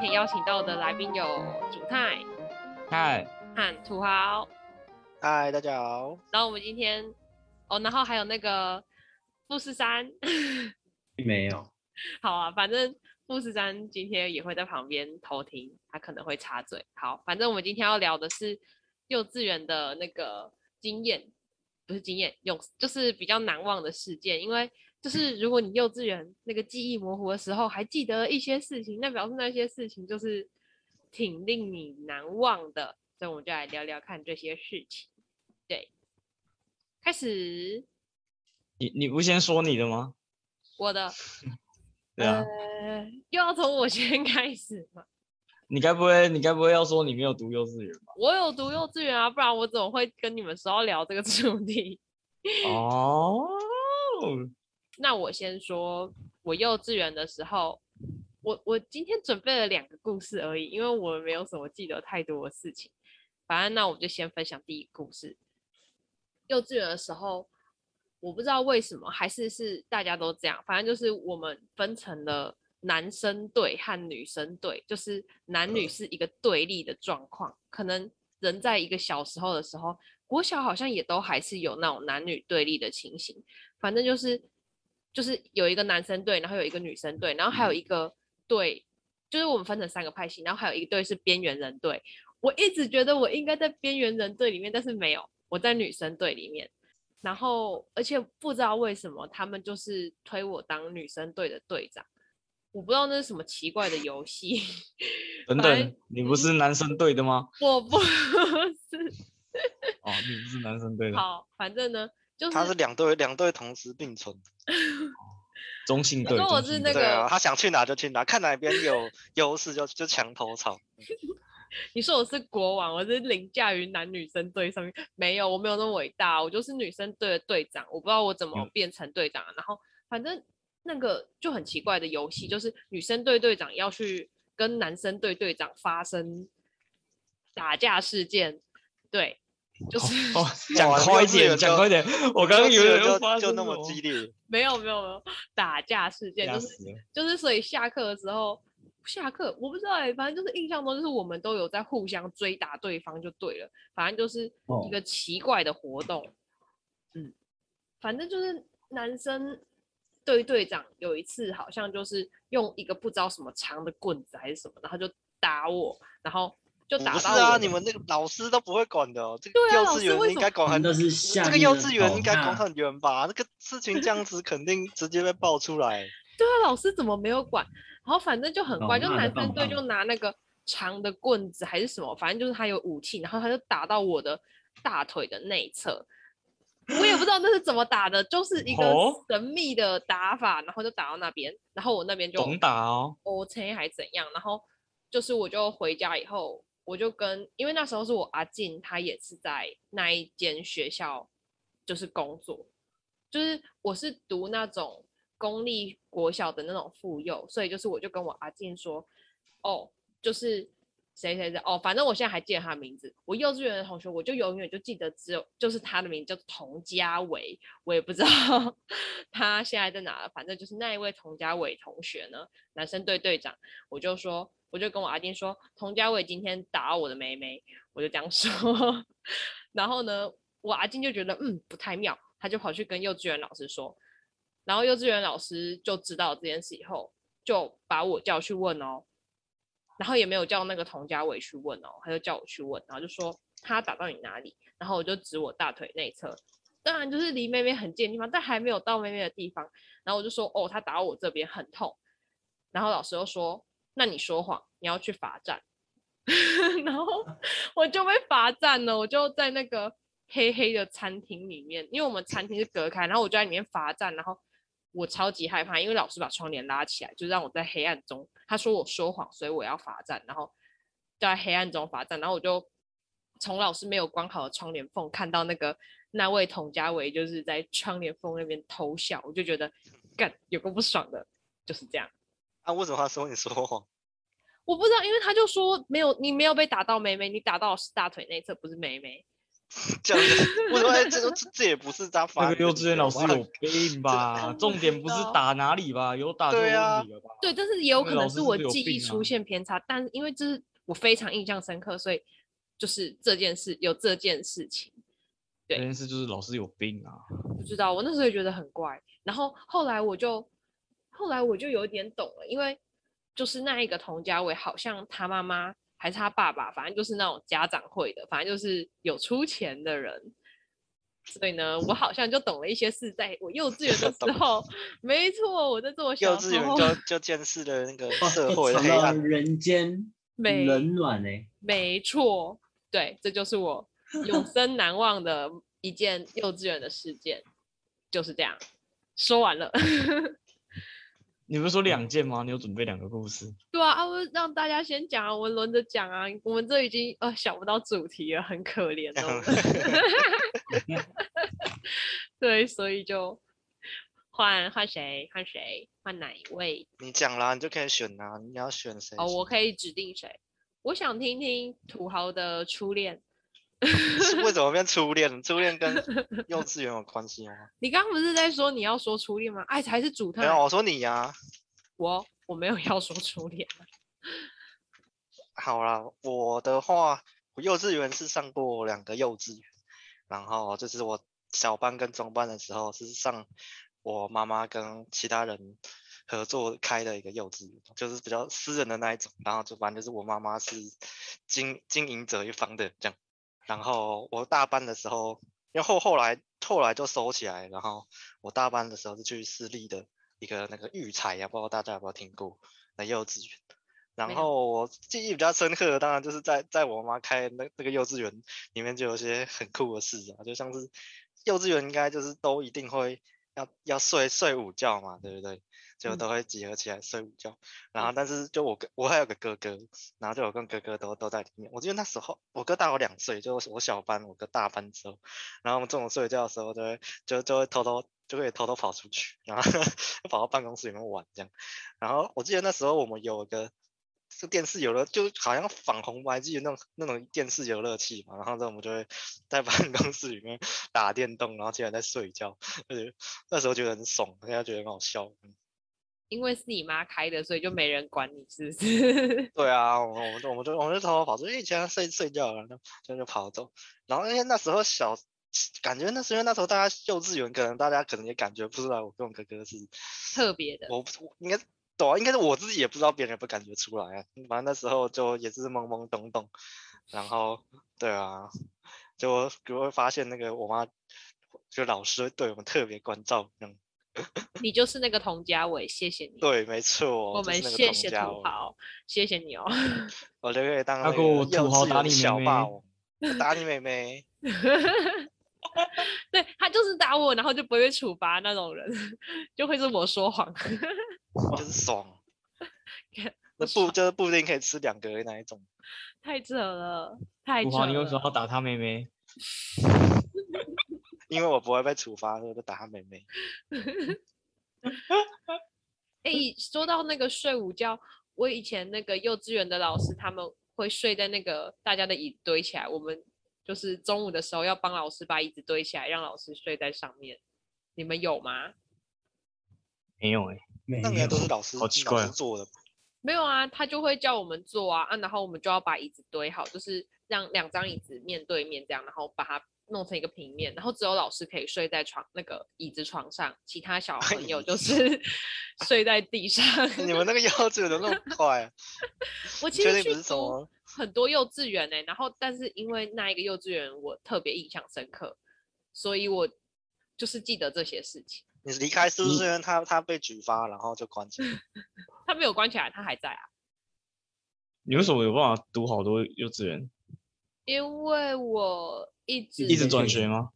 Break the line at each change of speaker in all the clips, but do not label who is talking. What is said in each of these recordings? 天邀请到的来宾有主泰
嗨，
和土豪，
嗨，大家好。
然后我们今天哦，然后还有那个富士山，
没有，
好啊，反正富士山今天也会在旁边偷听，他可能会插嘴。好，反正我们今天要聊的是幼稚园的那个经验，不是经验，用就是比较难忘的事件，因为就是如果你幼稚园那个记忆模糊的时候还记得一些事情，那表示那些事情就是挺令你难忘的。所以我们就来聊聊看这些事情。对，开始
你你不先说你的吗？
我的，
对啊，
呃，又要从我先 开始吗？
你该不会你该不会要说你没有读幼稚园吧？
我有读幼稚园啊，不然我怎么会跟你们说要聊这个主题？
哦，
那我先说，我幼稚园的时候，我我今天准备了两个故事而已，因为我没有什么记得太多的事情。反正那我们就先分享第一个故事。幼稚园的时候，我不知道为什么，还是是大家都这样，反正就是我们分成了男生队和女生队，就是男女是一个对立的状况。可能人在一个小时候的时候，国小好像也都还是有那种男女对立的情形。反正就是就是有一个男生队，然后有一个女生队，然后还有一个队，就是我们分成三个派系，然后还有一队是边缘人队。我一直觉得我应该在边缘人队里面，但是没有，我在女生队里面。然后，而且不知道为什么他们就是推我当女生队的队长，我不知道那是什么奇怪的游戏。
等
反正嗯
等，你不是男生队的吗？
我不 是
哦，你不是男生队的，
好，反正呢，就是
他是两队两队同时并存，
中性队。
如果我
中性
是那
队
对啊，
个
他想去哪就去哪，看哪边 有优势就就墙头草。
你说我是国王，我是凌驾于男女生队上面，没有，我没有那么伟大，我就是女生队的队长，我不知道我怎么
有
变成队长啊，然后反正那个就很奇怪的游戏，就是女生队队长要去跟男生队队长发生打架事件，对，就是、
哦，讲快一点，讲快一点，我刚刚以
有
为
就
要发
就
生
那么
什
激烈，
没有没有没有打架事件，
吓
就是
死了
就是所以下课的时候，下课我不知道哎、反正就是印象中就是我们都有在互相追打对方就对了，反正就是一
哦
个奇怪的活动。嗯，反正就是男生对队长有一次好像就是用一个不知道什么长的棍子还是什么，然后就打我，然后就打
不是
到
啊，
我
你
的
们那个老师都不会管的哦，这个
对啊
幼
老
稚
师为什
园应
么
该管很
那是下
这个
面
幼
的
稚园应该
老
管
大
很远吧？那个事情这样子肯定直接被爆出来。
对啊，老师怎么没有管？然后反正就很
老
乖，就
大的
男生
棒
队就
棒
拿那个长的棍子还是什么，反正就是他有武器，然后他就打到我的大腿的内侧。我也不知道那是怎么打的，就是一个
哦
神秘的打法，然后就打到那边，然后我那边就
懂打哦，
O k 还怎样，然后就是我就回家以后，我就跟因为那时候是我阿静，她也是在那一间学校就是工作，就是我是读那种公立国小的那种妇幼，所以就是我就跟我阿静说，哦，就是谁谁谁哦，反正我现在还记得他的名字。我幼稚园的同学，我就永远就记得只有就是他的名字叫童家伟，我也不知道 他现在在哪了。反正就是那一位童家伟同学呢，男生队队长，我就说，我就跟我阿丁说，童家伟今天打到我的妹妹，我就这样说。 然后呢，我阿金就觉得嗯不太妙，他就跑去跟幼稚园老师说，然后幼稚园老师就知道这件事以后，就把我叫去问哦，然后也没有叫那个童家伟去问哦，他就叫我去问，然后就说他打到你哪里，然后我就指我大腿内侧。当然就是离妹妹很近的地方，但还没有到妹妹的地方。然后我就说，哦，他打到我这边很痛。然后老师又说，那你说谎，你要去罚站。 然后我就被罚站了，我就在那个黑黑的餐厅里面，因为我们餐厅是隔开，然后我就在里面罚站，然后我超级害怕，因为老师把窗帘拉起来，就让我在黑暗中。他说我说谎，所以我要罚站，然后在黑暗中罚站，然后我就从老师没有关好的窗帘缝看到那个那位佟家伟就是在窗帘缝那边偷笑，我就觉得干有个不爽的，就是这样。
啊，为什么他说你说谎？
我不知道，因为他就说没有，你没有被打到妹妹，你打到的是大腿内侧，不是妹妹。
这样子， 我说哎，这个这这也不是他发
那
明
个
的
幼稚园老师
我
有 病吧？
不
重点不是
知道
打哪里吧？有打就有
对啊
问题了吧？
对，但是也有
那
可
个
能
老师
是
是不
我
是有
记忆
病
出
啊
现偏差，但是因为这是我非常印象深刻，所以就是这件事有这件事情，对
这件事就是老师有病啊！
不知道我那时候也觉得很怪，然后后来我就后来我就有点懂了，因为就是那一个佟家伟好像他妈妈还是他爸爸，反正就是那种家长会的，反正就是有出钱的人。所以呢，我好像就懂了一些事，在我幼稚园的时
懂
候， 没错，我在做我
幼
小
稚
时
园
候，
就就见识了那个
哦
哇
社会的黑
尝到
暗
了。人间
没
冷暖呢、
没错，对，这就是 我永生难忘的一件幼稚园的事件，就是这样。说完了，
你不是说两件吗？你有准备两个故事？
对啊，啊，我让大家先讲啊，我们轮着讲啊，我们这已经呃想不到主题了，很可怜的 我 们。对，所以就换换谁，换谁，换哪一位？
你讲啦，你就可以选啦，你要选谁？
哦，我可以指定谁？我想听听土豪的初恋。
是为什么变初恋？初恋跟 幼稚园有关系吗？
你刚刚不是在说你要说初恋吗？哎，还是主特
没？有，我说你呀、
我我没有要说初恋。
好啦，我的话，我幼稚园是上过两个幼稚园，然后就是我小班跟中班的时候是上我妈妈跟其他人合作开的一个幼稚园，就是比较私人的那一种，然后就反正就是我妈妈是经经营者一方的这样，然后我大班的时候，因为后后来后来就收起来，然后我大班的时候是去私立的一个那个育才呀，不知道大家有没有听过那幼稚园。
没
然
有
后我记忆比较深刻的，当然就是在在我妈开的那那个幼稚园里面，就有一些很酷的事啊，就像是幼稚园应该就是都一定会要要睡睡午觉嘛，对不对？就
嗯
都会集合起来睡午觉。然后，但是就我跟我还有个哥哥，然后就我跟哥哥都都在里面。我记得那时候我哥大我两岁，就是我小班，我哥大班之后，然后我们中午睡觉的时候就会就就会偷偷就会偷偷跑出去，然后 跑到办公室里面玩这样。然后我记得那时候我们有个这电视游乐，就好像仿红白机的那种那种电视游乐器嘛，然后呢我们就会 在办公室里面打电动，然后竟然在睡觉， 就是那时候觉得很爽，现在觉得很好笑。嗯
因为是你妈开的，所以就没人管你，是不是？
对啊，我们就我们就我们就偷偷跑出去，以前睡睡觉了，然后就就跑走。然后因为那时候小，感觉那时候那时候大家幼稚园，可能大家可能也感觉不出来，我跟我哥哥是
特别的，
我不我应该对啊，应该是我自己也不知道，别人也不感觉出来啊。反正那时候就也是懵懵懂懂，然后对啊，就就会发现那个我妈，就老师对我们特别关照。嗯，
你就是那个佟家伟，谢谢你。
对，没错，
我
就
们
是那个
谢
童
谢
家
土
王，
豪，谢谢你哦。
我就可以当
大
那
哥
个
我
幼
土豪
稚
打
园
你妹
小霸
妹
王，打你妹妹。
对他就是打我，然后就不会被处罚那种人， 就会是我说谎。 哦
就是爽
看。
那布就是布丁可以吃两个的那一种，
太扯了，太
土
扯
豪，你为什么
了。
要打他妹妹？
因为我不会被处罚，所以我就打他妹妹。
哎、说到那个睡午觉，我以前那个幼稚园的老师他们会睡在那个大家的椅堆起来，我们就是中午的时候要帮老师把椅子堆起来，让老师睡在上面。你们有吗？
没有哎、
没
那应该
有
都是老师
好奇
老
怪
师
哦
做的吧，
没有啊，他就会叫我们坐啊，啊，然后我们就要把椅子堆好，就是让两张椅子面对面这样，然后把它弄成一个平面，然后只有老师可以睡在床那个椅子床上，其他 小朋友就是睡在地上。
你们那个幼稚园怎么那么快啊？
我
你
其
确
实
定
去
不是什
读
么？
很多幼稚园呢、然后但是因为那一个幼稚园我特别印象深刻，所以我就是记得这些事情。
你离开是不
你
是因为他他被举发，然后就关起来？
他没有关起来，他还在啊。
你为什么有办法读好多幼稚园？
因为我一直
一直
没
转
有
学吗？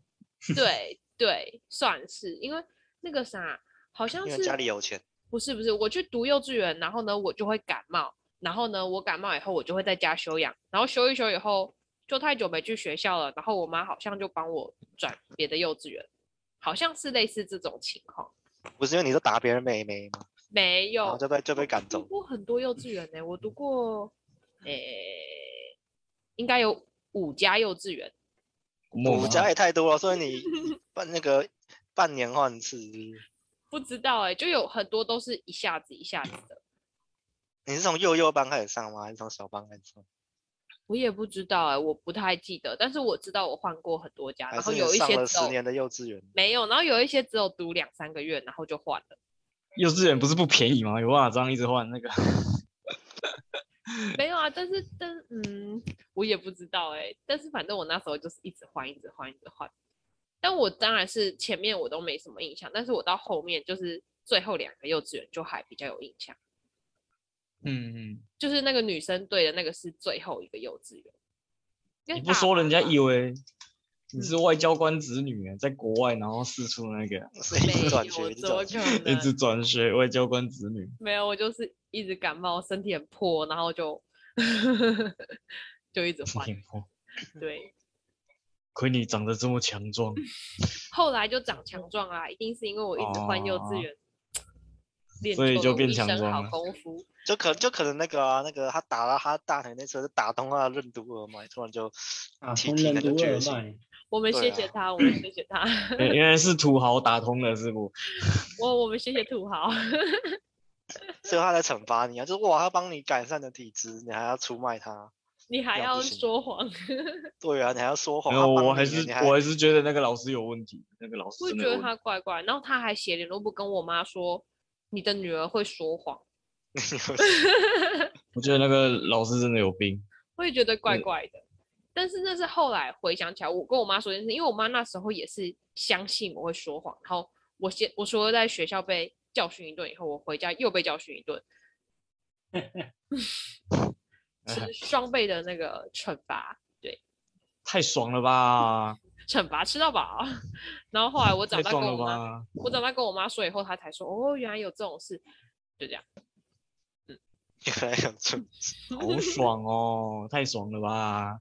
对对，算是，因为那个啥，好像
因
是
为家里有钱，
不是不是，我去读幼稚园，然后呢，我就会感冒，然后呢，我感冒以后我就会在家休养，然后休一休以后就太久没去学校了，然后我妈好像就帮我转别的幼稚园，好像是类似这种情况，
不是因为你是打别人妹妹嘛，
没
然后
有
就被就被赶
读
走。
过很多幼稚园呢、我读过，诶、应该有五家幼稚园，
莫
补
名啊
家也太多了，所以 你半那个半年换一次是不是
不知道哎、就有很多都是一下子一下子的，
你是从幼幼班开始上吗？还是从小班开始上？
我也不知道哎、我不太记得，但是我知道我换过很多家，
还
然
是
后
你
有一
上
些
了
只
十
有
年的幼稚园？
没有，然后有一些只有读两三个月，然后就换了。
幼稚园不是不便宜吗？有办法这样一直换那个？
没有啊，但是但是嗯，我也不知道哎、但是反正我那时候就是一直换，一直换，一直换。但我当然是前面我都没什么印象，但是我到后面就是最后两个幼稚园就还比较有印象，
嗯
就是那个女生队的那个是最后一个幼稚园。因
嗯，
为嗯
你不
大
说
班
人家
嘛
以为你是外交官子女，欸在国外然后四处那个
是一
没
直转
有
学，一直
怎么
转
可
学。
一
能
直转学，外交官子女。
没有，我就是一直感冒，身体很破，然后就 就一直换。
天破，
对，
亏你长得这么 强壮，
后来就长强壮啊，一定是因为我一直换幼稚
哦
园，练
所以
就
就
了我
变
一
强
身
壮
好
了
功夫。
就可就可能那个啊，那个他打了他大腿那侧，就打通他的任督二脉，突然就
啊，
体
通
体
任
能就
督
觉
二
醒。
脉，
我们
对
谢谢
啊
他，我们谢谢他，
原原来是土豪打通了，是不？
我我们谢谢土豪。
所以他在惩罚你啊，就是哇，他帮你改善的体质，你还要出卖他，
你还
这样
要
不行
说谎，
对啊，你还要说谎。
没
他
有，
帮
我
你
还
了
是
你还
我还是觉得那个老师有问题，那个老师
我
真
觉
的有
得
问
他
题。
怪怪。然后他还写联络簿跟我妈说，你的女儿会说谎，
我觉得那个老师真的有病。
我也觉得怪
对
怪的。但是那是后来回想起来，我跟我妈说这件事，因为我妈那时候也是相信我会说谎，然后我先我说在学校被教训一顿以后，我回家又被教训一顿， 是双倍的那个惩罚，
太爽了吧！
惩罚吃到饱。 然后后来我 长
太
大
爽
跟
了
我妈
吧！
我长大跟我妈说以后，她才说哦，原来有这种事，就这样。
原来有这
好爽哦，太爽 了吧！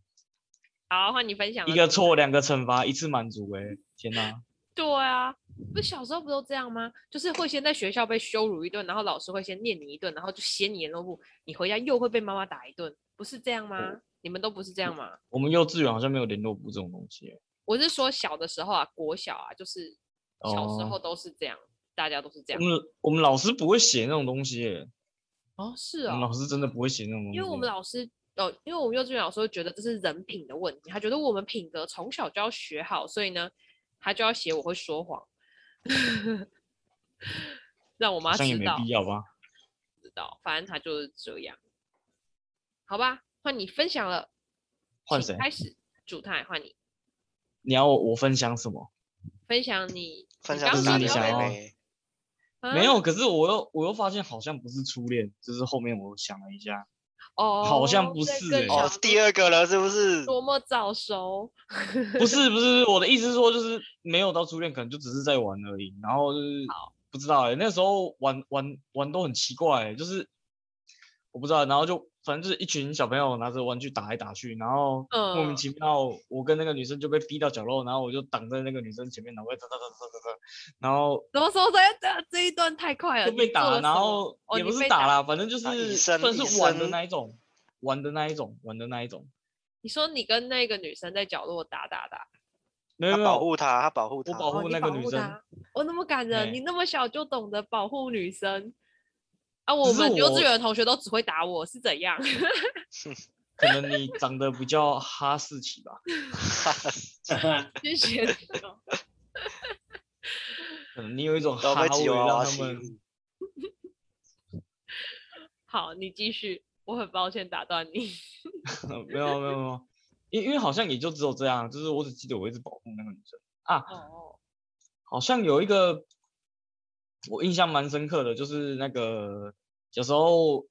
好，换你分享了
一个错，两个惩罚，一次满足、欸，哎，天哪！
对啊，不小时候不都这样吗？就是会先在学校被羞辱一顿，然后老师会先念你一顿，然后就写你联络簿，你回家又会被妈妈打一顿，不是这样吗？你们都不是这样吗？
我们幼稚园好像没有联络部这种东西、欸。
我是说小的时候啊，国小啊，就是小时
哦嗯
候都是这样，大家都是这
我
样。
们我们老师不会写那种东西、欸，
哦，是
我
哦
们，老师真的不会写那种东西。欸
因为我们老师哦，因为我们幼稚园老师会觉得这是人品的问题，他觉得我们品格从小就要学好，所以呢，他就要写我会说谎， 让我妈
好像也
知
没
道
必要吧？
知道，反正他就是这样。好吧，换你分享了，
换
请
谁
开始，主太换你
你要我我分享什么？
分享你
分
你
享
刚
是
说
哪
刚
里
你
的
要
想
妹
要
妹？
啊
没有，可是我又我又发现好像不是初恋，就是后面我想了一下，
哦，
像不
这
是
更
欸
哦，
小
是第二个了是不是？
多么早熟，
不是不是，我的意思是说就是没有到初恋，可能就只是在玩而已。然后就是不知道哎、那时候玩玩玩都很奇怪、欸，就是我不知道，然后就反正就是一群小朋友拿着玩具打来打去，然后莫名
嗯
其妙我跟那个女生就被逼到角落，然后我就挡在那个女生前面，然后哒哒哒哒哒哒，然后
怎么说这这这一段太快了，
就被
呃你
打
做了
了，然
什么
后
哦
也
你
不是
被
打
打
啦，反正就
啊以
是
身
算
以
是玩的
身
那一种，玩的那一种，玩的那一种，
你说你跟那个女生在角落打打打，
没有
他
没
保
有，
护她，他保护她。
保护
哦，你
那个
保
女
护
生
她，哦，那么感人，你
嘿
那么小就懂得保护女生啊！我
是
们幼稚
我
园的同学都只会打我，是怎样？
可能你长得比较哈士奇吧，
谢谢你哦。
可能你有一种哈
都被
味
吉娃娃
让他
欺
们。
负。
好，你继续，我很抱歉打断你。
没有没有没有，因因为好像也就只有这样，就是我只记得我一直保护那个女生啊，
哦，
好像有一个我印象蛮深刻的，就是那个有时候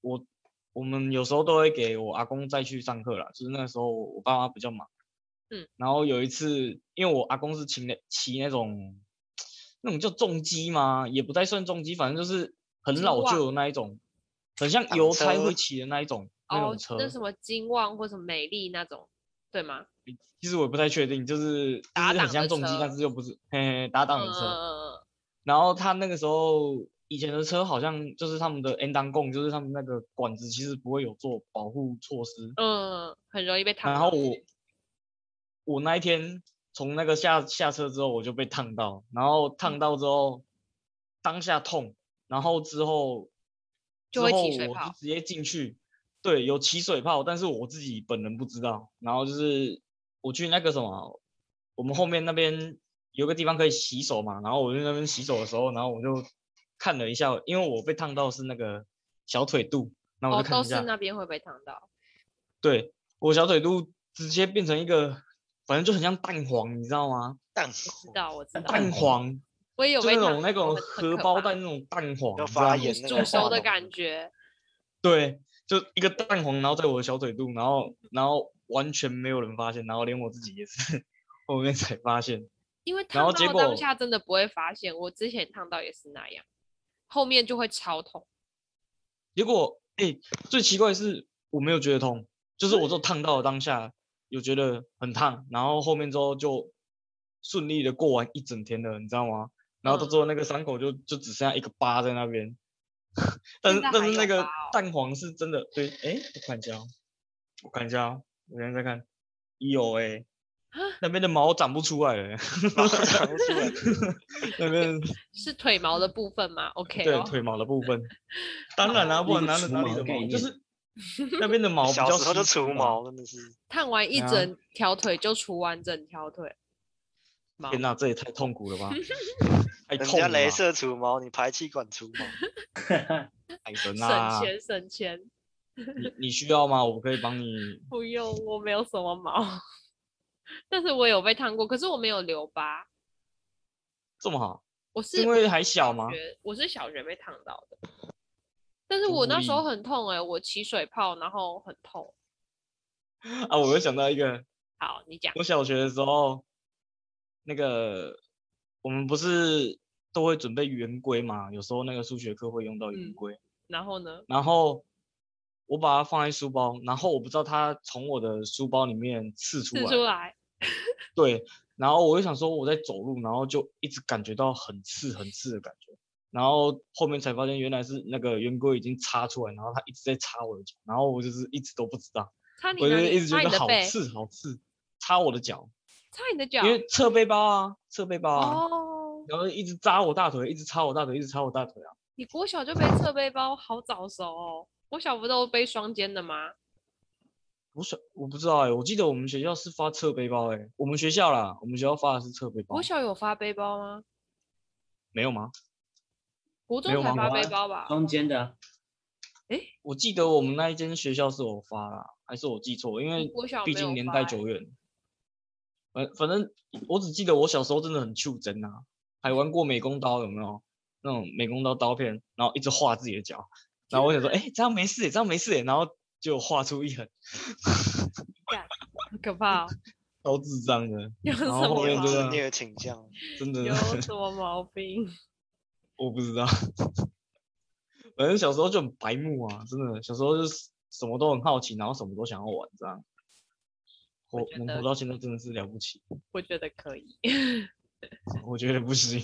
我我们有时候都会给我阿公再去上课啦，就是那时候我爸妈比较忙，
嗯，
然后有一次因为我阿公是骑那骑那种那种叫重机吗？也不太算重机，反正就是很
金
老
旺
旧的那一种，很像
挡
邮差
车
会骑的那一种那
哦
种，车。
那什么金旺或什么美丽那种，对吗？
其实我也不太确定，就是就
打
是
档
很
的
像重机，但
车
是又不是，啊嘿嘿，打档的车。
呃，
然后他那个时候以前的车好像就是他们的 N 档供，就是他们那个管子其实不会有做保护措施。
嗯嗯，很容易被烫到。
然后我我那一天从那个下下车之后，我就被烫到，然后
嗯
烫到之后，当下痛，然后之后之
就
后
会
我
起水
就
泡
直接进去，对，有起水泡，但是我自己本人不知道。然后就是我去那个什么，我们后面那边有个地方可以洗手嘛，然后我就那边洗手的时候，然后我就看了一下，因为我被烫到是那个小腿肚，然
哦，
后我就看
都
一下，
是那边会被烫到，
对我小腿肚直接变成一个，反正就很像蛋黄，你知道吗？
蛋
知
黄
道我知道，
蛋黄，
我嗯也有
就
被
那
烫
种那
过很
种
很
荷
可
包
怕
蛋那种蛋黄，你知
要
道
发
吗
炎那
煮
个
熟
化
的
脓
感觉，
对，就一个蛋黄，然后在我的小腿肚，然后然后完全没有人发现，然后连我自己也是 后面才发现。
因为
然
烫
后
到
结
当
果
下真的不会发现，我之前烫到也是那样，后面就会超痛。
结果哎、最奇怪的是我没有觉得痛，就是我就烫到了当下有觉得很烫，然后后面之后就顺利的过完一整天了，你知道吗？然后到
嗯
最后那个伤口就就只剩下一个疤在那边，
现
但是
在
但
还
是那
有
个
疤哦
蛋黄是真的对，哎、我看一下哦，我看一下哦，我现在在看，有哎、
啊
那边的毛长不出来了，
毛长不出来，
那边
是腿毛的部分吗？OK，
对
哦
腿毛的部分，当然啦、
哦
不然
那
哪
个
里
除
哪里
毛
的
概
毛，就
念
是那边的毛哦比
小
较啊
时候就
稀疏
除
嘛
毛，真的是
烫完一
对啊
整条腿就除完整条腿，毛
天哪，这也太痛苦了 吧！太
啊人
痛
家
了吧，
镭射除毛，你排气管除 毛，
海神啊
省！钱省钱，
你你需要吗？我可以帮你。
不用，我没有什么毛，但是我有被烫过，可是我没有留疤，
这么好，
我是
是因为还小吗？
学，我是小学被烫到的，但是
就
我那
故
时候
意
很痛哎、我起水泡，然后很痛。
啊，我又想到一个，
好，你讲，
我小学的时候，那个我们不是都会准备圆规嘛？有时候那个数学课会用到圆
嗯
规，
然后呢？
然后我把它放在书包，然后我不知道它从我的书包里面刺出
刺
来，
出来，
对，然后我就想说我在走路，然后就一直感觉到很刺很刺的感觉，然后后面才发现原来是那个圆规已经插出来，然后它一直在插我的脚，然后我就是一直都不知道，
插你
我就
哪
是一
里？
直
插你
觉得
的
好
背，
刺好刺，插我的脚，
插你的脚
因。为侧背包啊，侧背包啊，
哦，
然后一直扎我大腿，一直插我大腿，一直插我大腿啊，
你国小就背侧背包，好早熟哦。国小不都背双肩的吗？
我想我不知道哎、我记得我们学校是发侧背包哎、我们学校啦，我们学校发的是侧背包
国，小有发背包吗？
没有吗？
国中
没有
才
吗
发
有
背
啊
包吧？
中间的啊
我记得我们那一间学校是我发啦，还是我记错？因为
国小
毕
没有
竟年
发
代
欸
久远。反反正我只记得我小时候真的很袖珍啊，还玩过美工刀，有没有？那种美工刀刀片，然后一直画自己的脚，然后我 想说，哎、这样没事欸、这样没事欸、然后就画出一横，
很可怕、哦，
超智障的，
有什
然后后
么
面
毛
就
病？
是
自虐倾向，
真的
有什么毛病？
我不知道。 反正小时候就很白目啊，真的，小时候就是什么都很好奇，然后什么都想要玩，这样。
我
活
觉
能
得
活到现在真的是了不起。
我觉得可以。
我觉得不行。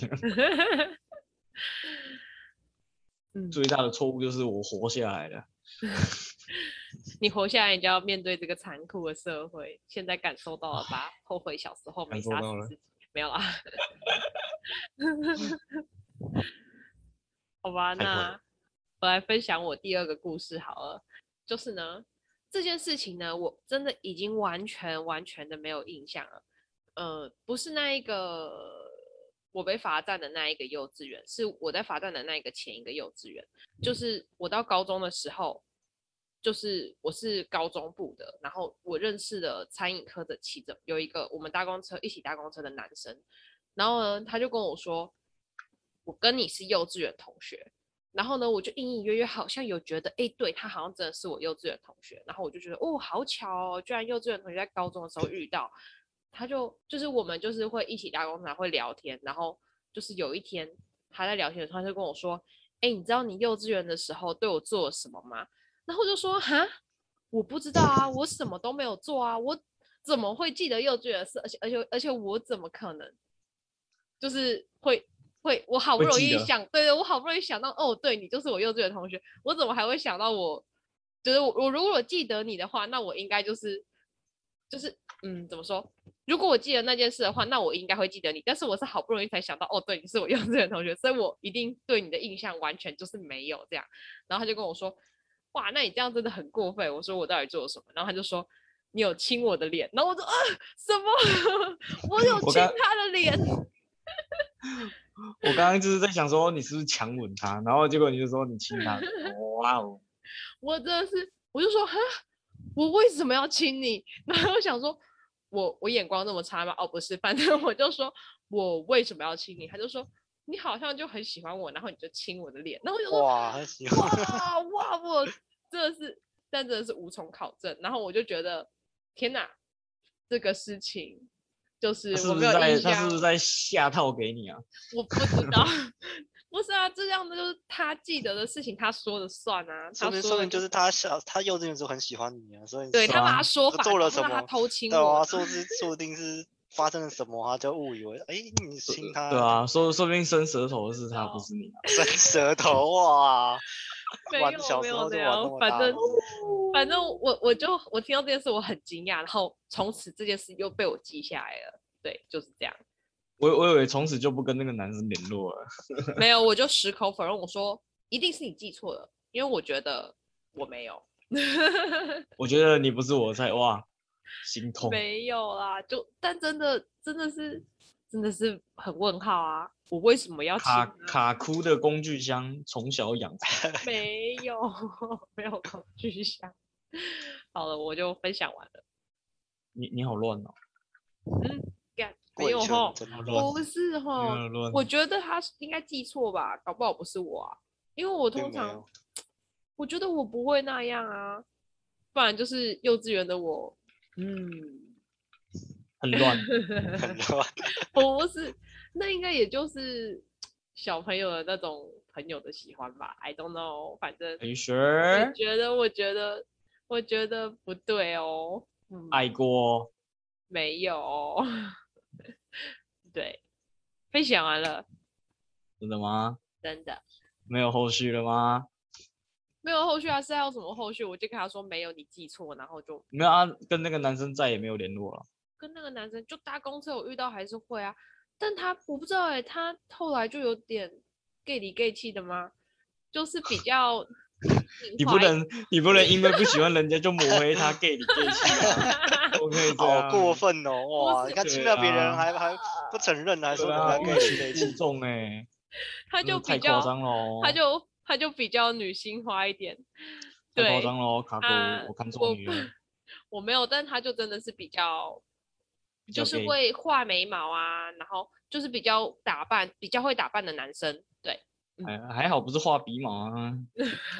嗯，
最大的错误就是我活下来了。
你活下来，你就要面对这个残酷的社会。现在感受到了吧？后悔小时候没
感受
杀
到了
死自己，没有啦。好吧，
太过了
那我来分享我第二个故事好了。就是呢，这件事情呢，我真的已经完全完全的没有印象了。呃，不是那一个我被罚站的那一个幼稚园，是我在罚站的那一个前一个幼稚园。就是我到高中的时候，就是我是高中部的，然后我认识了餐饮科的其中有一个我们搭公车一起搭公车的男生，然后呢，他就跟我说，我跟你是幼稚园同学。然后呢，我就隐隐约约好像有觉得，哎，对他好像真的是我幼稚园同学。然后我就觉得，哦，好巧哦，居然幼稚园同学在高中的时候遇到。他就就是我们就是会一起搭公车，然后会聊天。然后就是有一天他在聊天的时候，他就跟我说，哎，你知道你幼稚园的时候对我做了什么吗？然后我就说，哈，我不知道啊，我什么都没有做啊，我怎么会记得幼稚园的事？而且而且而且我怎么可能，就是会会，我好不
会
容
记
易
得
想，对对，我好不容易想到，哦，对你就是我幼稚园同学，我怎么还会想到我？就是我我如果记得你的话，那我应该就是就是嗯，怎么说？如果我记得那件事的话，那我应该会记得你。但是我是好不容易才想到，哦，对，你是我幼 稚园同学，所以我一定对你的印象完全就是没有这样。然后他就跟我说，哇，那你这样真的很过分。我说我到底做了什么？然后他就说你有亲我的脸。然后我说啊，什么？ 我有
我
亲
刚
他的脸？
我刚刚就是在想说你是不是强吻他，然后结果你就说你亲 他，哇哦，
我真的是，我就说哈，我为什么要亲你？ 然后我想说，我我眼光那么差吗？哦，不是，反正我就说我为什么要亲你？他就说你好像就很喜欢我，然后你就亲我的脸。然后我就说
哇，很喜欢。
哇哇，我真的是，但真的是无从考证。然后我就觉得天哪，这个事情就是
他是
我
不
没
是
有
在
印
他是
象
不，是在下套给你啊？
我不知道。 不是啊，这样的就是他记得的事情，他说了算啊。
说
他
明
说
说
了
明就是他小他幼稚园的时候很喜欢你啊，所以你
对
说
他把
啊
他说
他
法
做了什
让他
么
偷亲
对
我
啊，，说 不定说不定是发生了什么，他就误以为哎你亲他，
对，啊，说说不定伸舌头的是他，
道
不是你啊。
伸舌头哇，
没
玩
有
小
没
时
有
候
这
就玩
样
那么
反
大
正
了
反正我我就我听到这件事我很惊讶，然后从此这件事又被我记下来了。对，就是这样。
我我以为从此就不跟那个男生联络了。
没有，我就矢口否认，我说一定是你记错了，因为我觉得我没有，
我觉得你不是我的菜，哇，心
哦
痛。
没有啦。就但真的真的是真的是很问号啊！我为什么要亲
卡
呢
卡哭的工具箱从小养成，
没有没有恐惧箱。好了，我就分享完了。
你你好乱哦，
干没
贵
有
圈
吼，
真
好
的
乱
不是
你
吼
好，乱。
哦我觉得他是应该记错吧，搞不好不是我啊，因为我
并
通
没
常
有
我觉得我不会那样啊，不然就是幼稚园的我，嗯，
很乱，
很乱，
啊
不是，那应该也就是小朋友的那种朋友的喜欢吧，I don't know，反正
同
我
学
觉得，我觉得，我觉得不对哦，嗯，
爱过
没有哦， 对，分享完了，
真的吗？
真的。
没有后续了吗？
没有后续啊，是还有什么后续？我就跟他说没有，你记错，然后就
没有啊，跟那个男生再也没有联络了。
跟那个男生就搭公车，我遇到还是会啊，但他我不知道哎、他后来就有点 gay 里 gay 气的吗？就是比较
你
你
不能， 你不能因为不喜欢人家就抹黑他 gay 你 gay 气啊， 不可以这样。
好过分哦，哇，
是
你看
对
亲到别人
啊
还还不承认，还说
对
人
啊，
家
欲
跟你
擒
在一
故
起，
纵哎，
他
真的
就
太
比
夸
较，
张喽，
他就他就比较女性化一点，
太夸
对
张喽，卡
啊
哥，我看
我
中你了，
我没有，但他就真的是比较
比较
就是
gay
会画眉毛啊，然后就是比较打扮，比较会打扮的男生，对。
还还好不是画鼻毛 啊，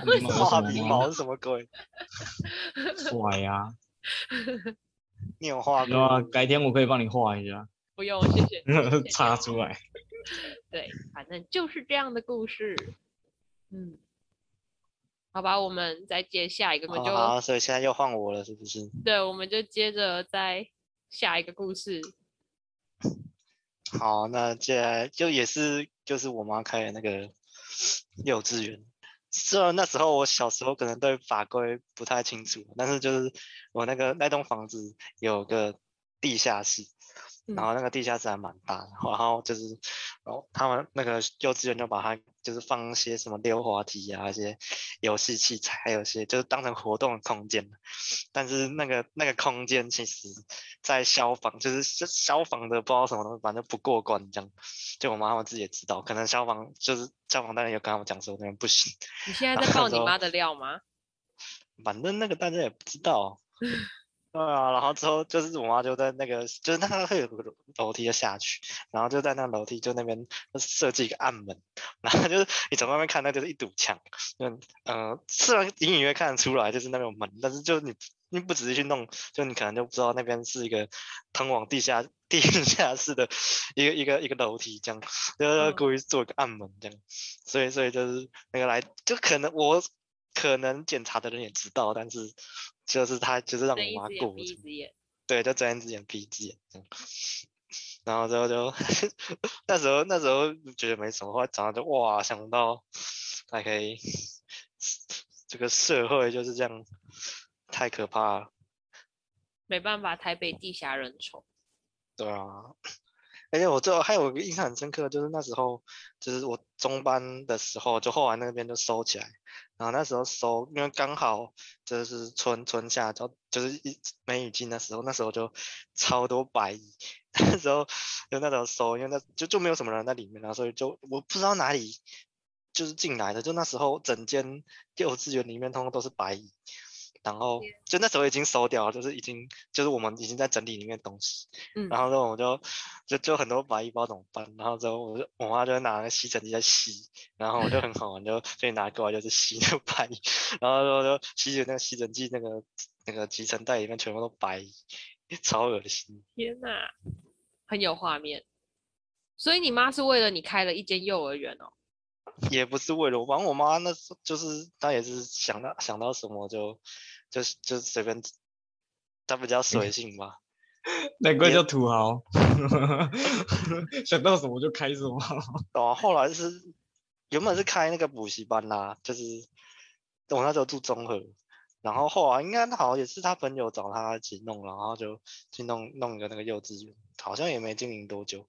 为什么
画
画
鼻
有什
毛
么
是什么鬼？
吗帅呀，
你有画过
啊对啊，
吗？
改天我可以帮你画一下，
不用，谢谢你。谢谢
插
你
出来。
对，反正就是这样的故事。嗯，好吧，我们再接下一个，我们就、
啊，所以现在又换我了，是不是？
对，我们就接着再下一个故事。
好，那接下来就也是就是我妈开的那个 幼稚园。虽然那时候我小时候可能对法规不太清楚，但是就是我那个那栋房子有个地下室，然
嗯
后那个地下室还蛮大的，然后就是，然后他们那个幼稚园就把它就是放一些什么溜滑梯啊，一些游戏器材，还有一些就是当成活动的空间。但是那个那个空间其实，在消防就是消消防的不知道什么东西，反正不过关这样。就我妈他们自己也知道，可能消防就是消防单位有跟他们讲说那边不行，
你现在
然
在
后
爆你
就
妈的料吗？
反正那个大家也不知道。啊 对啊，然后之后就是我妈就在那个，就是那会有个楼楼梯就下去，然后就在那楼梯就那边设计一个暗门，然后就是你从外面看，那就是一堵墙，嗯呃，虽然隐隐约看得出来就是那边有门，但是就是你你不仔细去弄，就你可能就不知道那边是一个通往地下地下室的一个一个一个楼梯，这样就是
嗯
故意做一个暗门这样，所以所以就是那个来就可能我可能检查的人也知道，但是就是他就是让
睁一
我妈
只
过
眼闭
这
一
样
只眼，
对，就睁一只眼闭一只眼这样。然后之后就 那时候那时候觉得没什么，后来长大就哇想到还可以， 这个社会就是这样，太可怕了。
没办法，台北地狭人稠。
对啊，而且我最后还有一个印象很深刻，就是那时候，就是我中班的时候，就后来那边就收起来，然后那时候收，因为刚好就是春春夏，就就是一梅雨季那时候，那时候就超多白蚁， 那时候就那时候收，因为那就就没有什么人在里面啊，所以就我不知道哪里就是进来的，就那时候整间幼稚园里面通通都是白蚁。然后就那时候已经收掉了，就是已经就是我们已经在整理里面的东西，
嗯，
然后呢，我就就就很多白蚁包怎么办？然后之后我就我妈就拿那个吸尘器在吸，然后我就很好玩，就就拿过来就是吸那个白蚁，然后就就吸着那个吸尘器那个那个集成袋里面全部都白蚁，超恶心。
天哪，很有画面。所以你妈是为了你开了一间幼儿园哦？
也不是为了我，反正我妈那时候就是她也是想到想到什么就就就随便，她比较随性吧。
难怪
也
叫土豪， 想到什么就开什么。
哦，后来是原本是开那个补习班啦、就是我那时候住中和，然后后来应该好像也是他朋友找他一起弄，然后就去弄弄一个那个幼稚园，好像也没经营多久。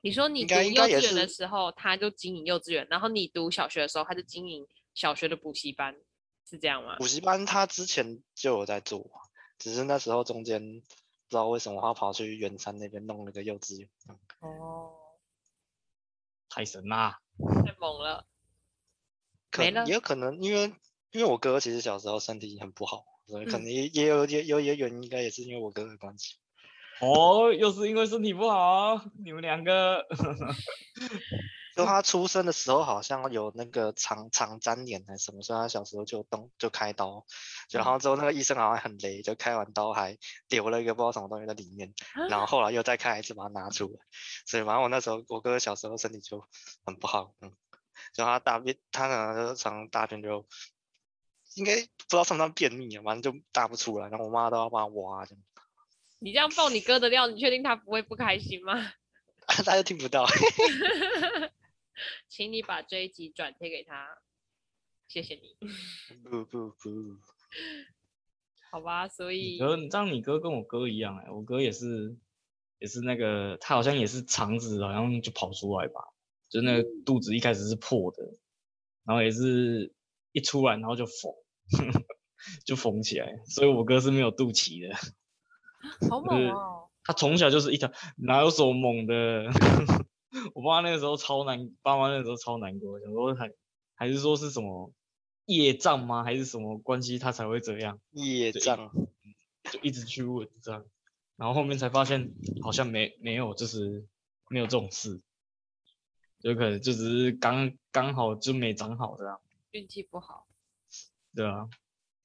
你说你
应
读
该
幼
应该也
稚园的
是
时候，她就经营幼稚园，然后你读小学的时候，她就经营小学的补习班，是这样吗？
补习班他之前就有在做啊，只是那时候中间不知道为什么他跑去圆山那边弄了个幼稚园。
哦，
太神啦！
太猛了。
可
没
能
了
也有可能因为因为我哥其实小时候身体很不好，所以可
嗯
能也也有也有也有原因，应该也是因为我哥的关系。
哦，又是因为身体不好，你们两个
就他出生的时候好像有那个肠肠粘连还是什么，所以他小时候就动就开刀，然后之后那个医生好像很雷，就开完刀还留了一个不知道什么东西在里面，然后后来又再开一次把它拿出来，所以反正我那时候我哥小时候身体就很不好，嗯，就他大便他可能就常大便就应该不知道算不算便秘啊，反正就大不出来，然后我妈都要帮他挖这样，
你这样爆你哥的料，你确定他不会不开心吗？
他就听不到，
请你把这一集转贴给他，谢谢你。
不不不，
好吧，所
你
以
哥，你知道你哥跟我哥一样哎、我哥也是，也是那个他好像也是肠子好像就跑出来吧，就那个肚子一开始是破的，然后也是一出来然后就缝， 就缝起来，所以我哥是没有肚脐的，
好
是
猛哦，
他从小就是一条哪有什么猛的， 我爸那个时候超难，爸妈那个时候超难过，想说还还是说是什么业障吗，还是什么关系他才会这样。
业
对
障。
就一直去问这样，然后后面才发现好像没没有，就是没有这种事，有可能就只是刚刚好就没长好这样，
运气不好。
对啊，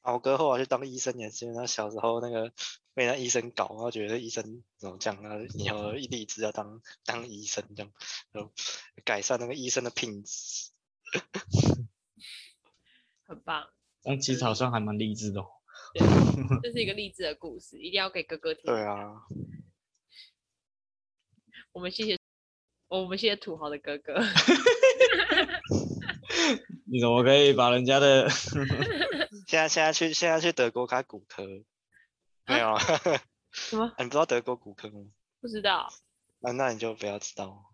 啊，我哥后来去当医生也是因为他小时候那个被那医生搞，然后觉得医生怎么讲，他以后
嗯
一立志要当当医生这样，就改善那个医生的品质。
很棒，
但其实好像还蛮励志的、哦。
对，这是一个励志的故事，一定要给哥哥听。
对啊，
我们谢谢，我们谢谢土豪的哥 哥。
你怎么可以把人家的？
现在现在去现在去德国开骨科，没有啊？
什么？
你不知道德国骨科吗？
不知道
啊，那你就不要知道。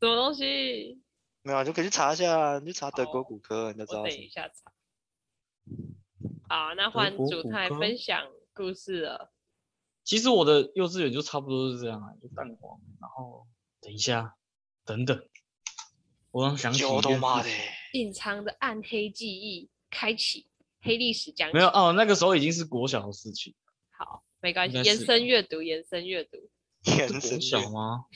什么东西？
没有啊，你就可以去查一下啊，你去查德国
哦
骨科，啊你就知
我
道
等
什么
一。下查。好，那换
国
主
谷
太
歌
分享故事了。
其实我的幼稚园就差不多是这样啊，就蛋黄，然后等一下，等等，哦我刚想起一
就他
件
妈
事
的
情，
隐藏的暗黑记忆开启，黑历史讲
没有哦，那个时候已经是国小的事情，
好，没关
应
系，
该
延
是
伸阅读，延伸阅读。
天
是国
神
小
月
吗？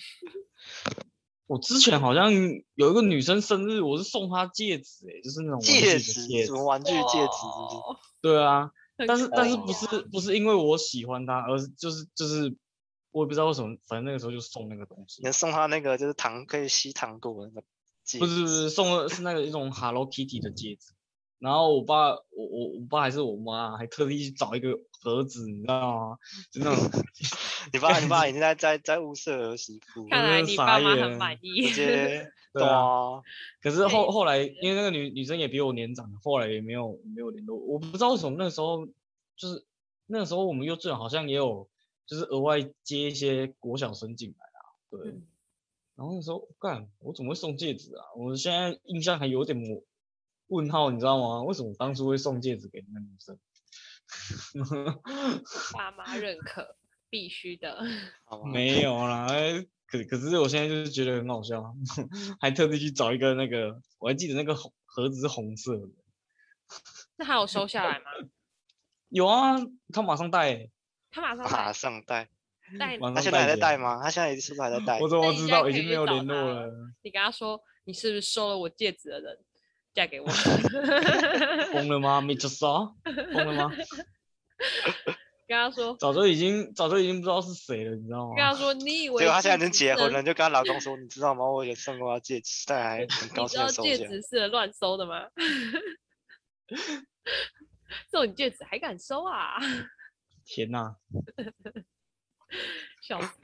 我之前好像有一个女生生日，我是送她戒指、欸，就是那种玩具
戒
的
指，
戒
什么玩具戒指是哦不是？
哇
对啊，
很
但是
可
但是
爱
不
啊
是不是因为我喜欢她，而是就是就是我也不知道为什么，反正那个时候就送那个东西
你，送他那个就是糖可以吸糖果的那个戒
不是不
指
是送的是那个一种 Hello Kitty 的戒指。然后我爸，我我我爸还是我妈，还特地去找一个盒子，你知道吗？就那种
你爸你爸已经在在在物色儿媳 妇，
看
我
来
真
你
傻
爸妈很
眼
满意
直。接
啊对
对
啊
啊，
可是
对
后后来，因为那个女女生也比我年长，后来也没有没有联络。我不知道为什么那时候就是那时候我们幼稚园好像也有，就是额外接一些国小生进来啊，对。
嗯
然后那时候干，我怎么会送戒指啊？我现在印象还有点模问号，你知道吗？为什么当初会送戒指给那个女生？
爸妈认可，必须的。
好
嗯
吧？
没有啦，哎可可是我现在就是觉得很好笑， 还特地去找一个那个，我还记得那个红盒子是红色的，
那还有收下来吗？
有啊，他马上戴欸、
他马上
马
来
上戴，
带你，
马
他
上
现在还在
起
戴
来？
吗？他现在是不是还在戴？
我怎么
那你
知
现在
道？
可
已
以
经
去
没有
找
联
他
络
了
了，
你跟他说你是不是收了我戒指的人，嫁 给我。
疯了吗 m i 骚，疯了 吗？
跟他说，
早就已经早就已经不知道是谁了，你知道
跟他
吗？
说你以为
结果她现在已
戒
经
指
结
是
婚了，你就跟她老公说，你知道吗？我也送过她戒指，但还很高
你知
兴
道
的收
戒
下。
指是乱收的吗？ 送你戒指还敢收啊？
天呐、
笑
哎
死！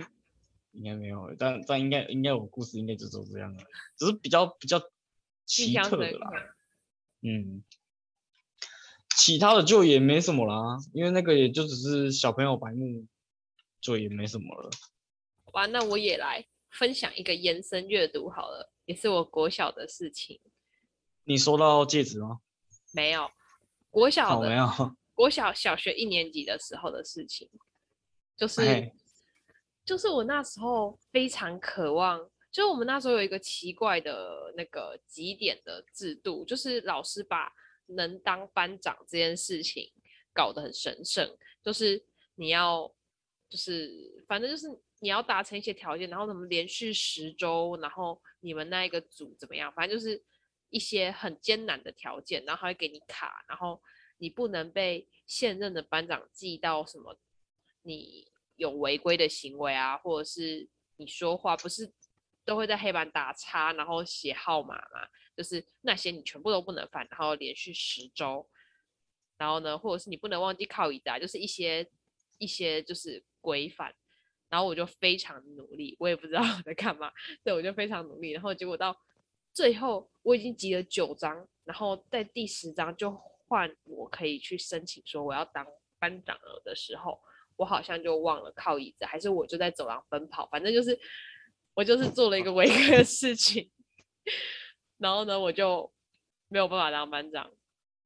应该没有，但但应该应该我故事应该就都这样了，只是比较比较
印
奇
象
特
深
的
刻
啦，。嗯，其他的就也没什么啦，因为那个也就只是小朋友白目，就也没什么了。
好吧，那我也来分享一个延伸阅读好了，也是我国小的事情。
你收到戒指吗？
没有，国小
好
的
没有，
国小小学一年级的时候的事情，就是、
哎
就是我那时候非常渴望，就是我们那时候有一个奇怪的那个几点的制度，就是老师把能当班长这件事情搞得很神圣，就是你要就是反正就是你要达成一些条件，然后什么连续十周，然后你们那一个组怎么样，反正就是一些很艰难的条件，然后他会给你卡，然后你不能被现任的班长记到什么你有违规的行为啊，或者是你说话不是都会在黑板打叉，然后写号码嘛，就是那些你全部都不能犯，然后连续十周，然后呢，或者是你不能忘记靠椅子啊，就是一些一些就是规范。然后我就非常努力，我也不知道 我在干嘛，对，我就非常努力。然后结果到最后，我已经集了九张，然后在第十张就换我可以去申请说我要当班长了的时候，我好像就忘了靠椅子，还是我就在走廊奔跑，反正就是我就是做了一个违规的事情， 然后呢，我就没有办法当班长，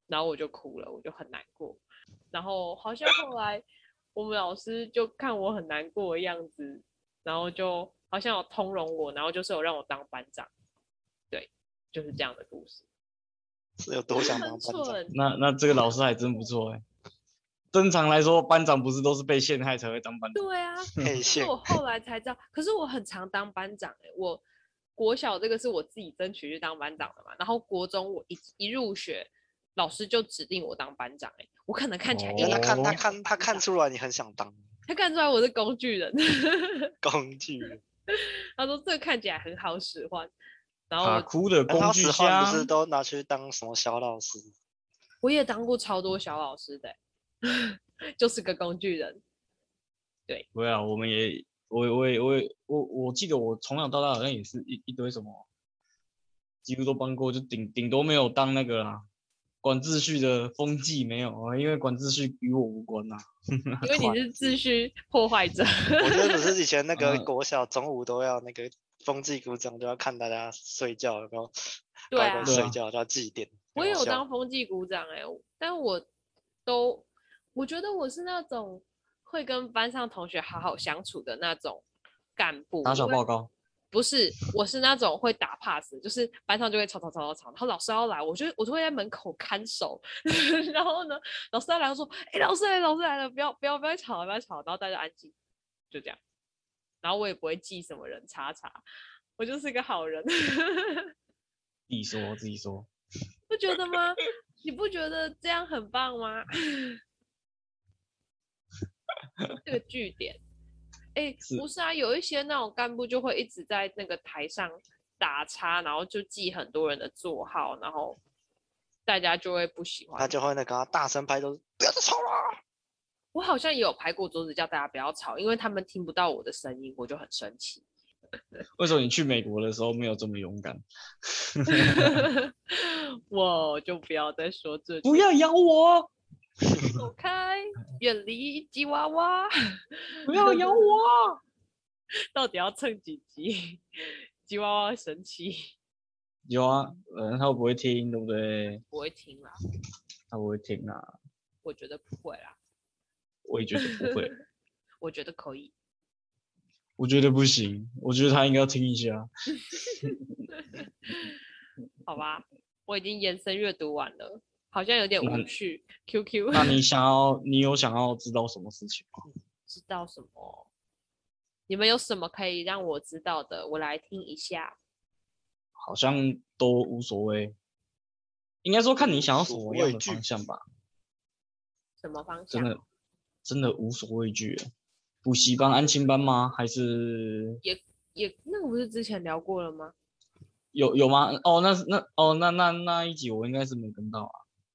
然后我就哭了，我就很难过，然后好像后来我们老师就看我很难过的样子，然后就好像有通融我，然后就是有让我当班长，对，就是这样的故事，
是有多想当
很
班长？
蠢，
那那这个老师还真不错哎、正常来说，班长不是都是被陷害才会当班长？
对啊，
配
是
线
我后来才知道，可是我很常当班长哎、我国小这个是我自己争取去当班长的嘛，然后国中我一一入学，老师就指定我当班长哎、我可能看起来
因
一
为他
点都
哦
看
不
他
像
看他
班
看
长
出来你很想当
他看出来我是工具人，
工具人，
他说这个看起来很好使唤，然后
卡
我
哭的
然
工
后
具
使唤
箱
不，是都拿去当什么小老师？
我也当过超多小老师的欸、 就是个工具人，
对啊，我们也，我我也我也我我记得我从小到大好像也是一一堆什么，几乎都帮过，就顶顶多没有当那个啦，管秩序的风纪没有啊，因为管秩序与我无关呐、
因为你是秩序破坏者。
我觉得只是以前那个
嗯
国小中午都要那个风纪鼓掌，都要看大家睡觉有没有
对
乖
啊
乖
对
睡
啊
觉，都要祭奠。
我
很
也
好
有
笑
当风纪股长哎、但我都我觉得我是那种会跟班上同学好好相处的那种干部，
打小
因为
报告，
不是，我是那种会打 pass，就是班上就会吵吵吵吵吵，然后老师要来，我就我就会在门口看守， 然后呢，老师要来，我说，哎、老师来了，老师来了，不要不要不要吵了，不要吵了，然后大家安静，就这样，然后我也不会记什么人叉叉，我就是一个好人。
自己说自己说，
不觉得吗？你不觉得这样很棒吗？这个据点，哎、
是
不是啊，有一些那种干部就会一直在那个台上打叉，然后就记很多人的座号，然后大家就会不喜
他
欢。
就会那个啊大声拍桌子，不要再吵了。
我好像也有拍过桌子叫大家不要吵，因为他们听不到我的声音，我就很生气。
为什么你去美国的时候没有这么勇敢？
我就不要再说这
不要咬我，
走开，远离吉娃娃。
不要咬我！
到底要蹭几集？ 吉娃娃会生气，
有啊，嗯，他不会听，对不对？
不会听啦，
他不会听啊，
我觉得不会啦，
我也觉得不 会，
我觉得可以。
我觉得不行，我觉得他应该要听一下。
好吧，我已经延伸阅读完了，好像有点
那
无
你
趣。QQ
那你想要，你有想要知道什么事情吗？
知道什么？你们有什么可以让我知道的？我来听一下。
好像都无所谓，应该说看你想要什么
无所
样
畏
的
惧
方向吧。
什么方向
真？的，真的无所畏惧耶。补习班、安亲班吗？还是
也那个不是之前聊过了吗？
有有吗？哦，那是那哦那那那一集我应该是没跟到啊。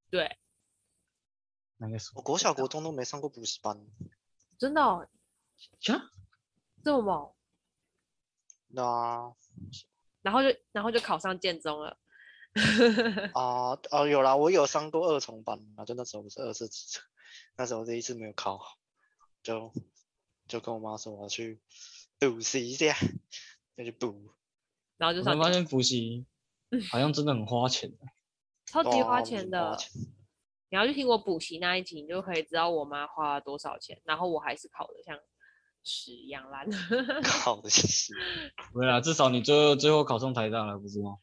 对，
那个是
我国小国中都没上过补习班，
真的、哦、
呀，
这么猛，
那啊
然后就然后就考上建中了。
啊哦有啦，我有上过二重班啊，就那时候不是二次职测，那时候第一次没有考好，就就跟我妈说我要去补习一下，就去补。
然后就
我
上
才发
建
现补习好像真的很花钱。
超级花
哦
哇
钱
很
的。
花
你要去听我补习那一集，你就可以知道我妈花了多少钱，然后我还是考的像屎一样烂。
考的是
对啦，至少你最后最后考上台大了，不是吗？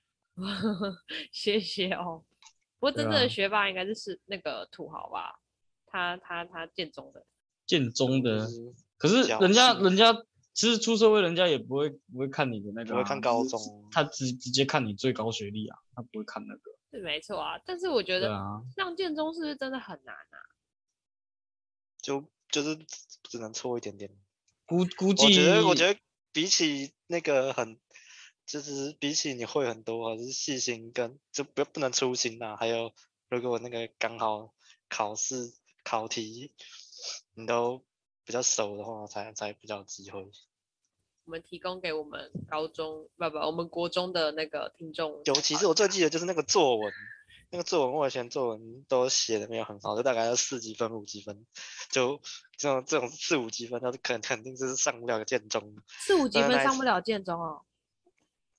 谢谢哦。不过真
对
正的
啊
学霸应该就是那个土豪吧，他他他建中的，
建中的
就，是
可是
侥
人家
幸
人家其实出社会，人家也不会不会看你的那个、啊，
不会看高
就是
中
他直直接看你最高学历啊，他不会看那个。
是没错啊。但是我觉
对
得
啊，
上建中是不是真的很难啊？
就就是只能错一点点。
估估计
我觉得，我觉得比起那个很，就是比起你会很多，还是细心跟就不不能粗心啦、还有，如果那个刚好考试考题你都比较熟的话，才才比较有机会。
我们提供给我们高中不不，我们国中的那个听众，
尤其是我最记得就是那个作文，那个作文我以前作文都写的没有很好，就大概要四几分五几分，就这种这种四五几分，那肯肯定就是上不了个建中。
四五级
本
分
来
上
是
不了建中哦。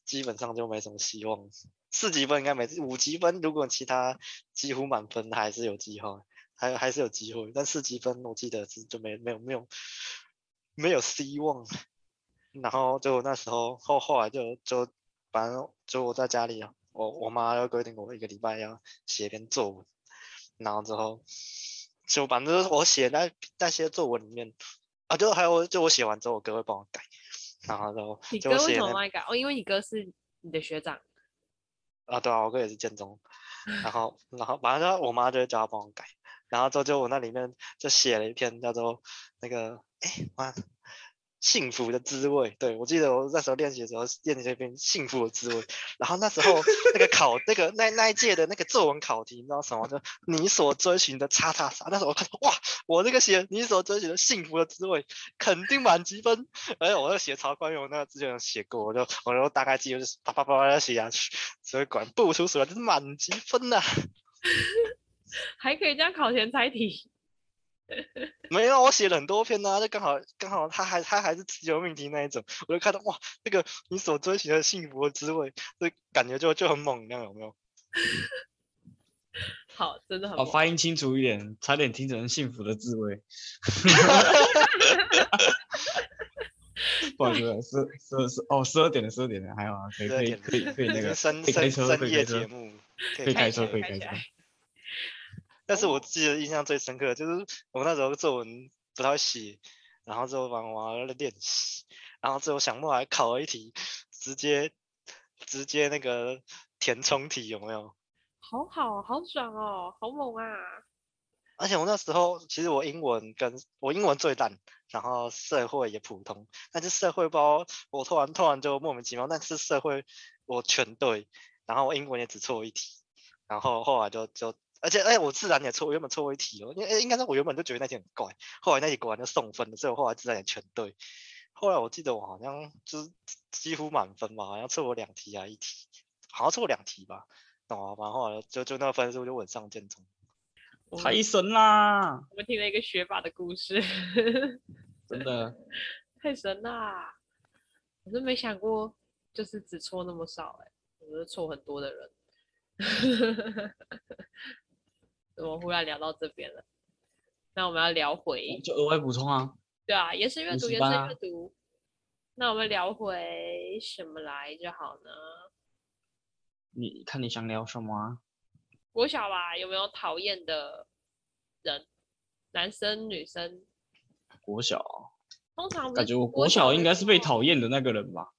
基本上就没什么希望。四级分应该没，五级分如果其他几乎满分还是有机会，还有还是有机会。但四级分我记得是就没没有没有没有希望。然后就那时候后后来就就反正就我在家里啊，我我妈要规定我一个礼拜要写一篇作文，然后之后就反正就是我写那那些作文里面啊，就还有就我写完之后，我哥会帮我改，然后之后
你
就
哥
我
为
写
什
那
么那个？哦，因为你哥是你的学长，
啊，对啊，我哥也是建中，然后然后反正就我妈就会叫他帮我改，然后之后就我那里面就写了一篇叫做那个哎妈幸福的滋味，对我记得我那时候练习的时候练习这篇幸福的滋味，然后那时候那个考那个那那一届的那个作文考题，你知道什么？就你所追寻的叉叉叉，那时候我看到哇，我这个写你所追寻的幸福的滋味肯定满积分，而哎且我就写超关于我那个之前有写过，我就我就大概记得就是啪啪啪啪地写下去，所以管不出所料，就是满积分呐、
还可以这样考前猜题，
没有，我写了很多篇呐、就刚好刚好他还他还是自由命题那一种，我就看到哇，这个你所追寻的幸福的滋味，这感觉就就很猛，那样有没有？
好，真的很
啊，
猛
发音清楚一点，差点听成幸福的滋味。 不好意思，十十十哦，十二点了，十二点了，还好啊，可以可以
12
可以可以那
已经
个
深
可以开
深
车可
深
以开
夜节
车，
目，
可以开车
车
可以
开
开
起
车
来。
但是我记得印象最深刻的就是我那时候作文不太会写，然后之后帮我妈在练习，然后最后想办法考了一题，直接直接那个填充题有没有？
好好好爽哦，好猛啊！
而且我那时候其实我英文跟我英文最烂，然后社会也普通，但是社会包我突然突然就莫名其妙，但是社会我全对，然后我英文也只错一题，然后后来就就。而且，哎，我自然也错，我原本错过一题哦，因为应该是我原本就觉得那题很怪，后来那题果然就送分了，所以我后来自然也全对。后来我记得我好像就是几乎满分吧，好像错过两题还一题，好像错过两题吧，懂吗？然后后来就就那个分数就稳上建中。
我们
太神啦！
我们听了一个学霸的故事，
真的，
太神啊啦！我真没想过，就是只错那么少、欸，哎，我是错很多的人。 怎么忽然聊到这边了？那我们要聊回，
就额外补充啊，
对啊，也是阅
补
读，
习
也
班
是
啊
阅读。那我们聊回什么来就好呢？
你看你想聊什么啊？
国小吧，有没有讨厌的人？男生、女生，
国小，
通常不
感
是
觉我国
小
小应该是被
讨。
讨厌的那个人吧？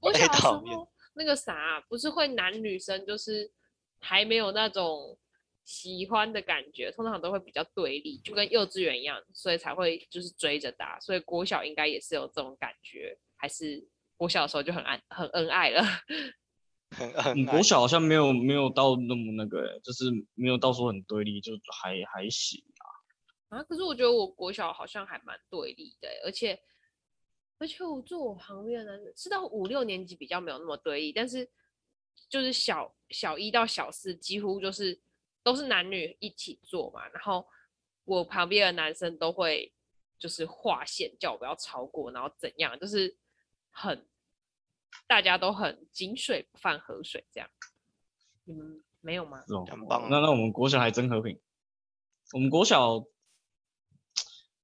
我
被
小时
讨厌
候那个啥、啊不是会男女生就是还没有那种喜欢的感觉，通常都会比较对立，就跟幼稚园一样，所以才会就是追着打。所以国小应该也是有这种感觉，还是国小的时候就很爱很恩爱了。
很很
嗯，
爱
国小好像没有没有到那么那个欸，就是没有到说很对立，就还还行。
啊，可是我觉得我国小好像还蛮对立的欸，而且而且我坐我旁边的男生是到五六年级比较没有那么对立，但是就是小小一到小四几乎就是都是男女一起坐嘛，然后我旁边的男生都会就是划线叫我不要超过，然后怎样，就是很大家都很井水不犯河水这样，你们没有吗？
是哦，
很棒啊
那那我们国小还真和平，我们国小，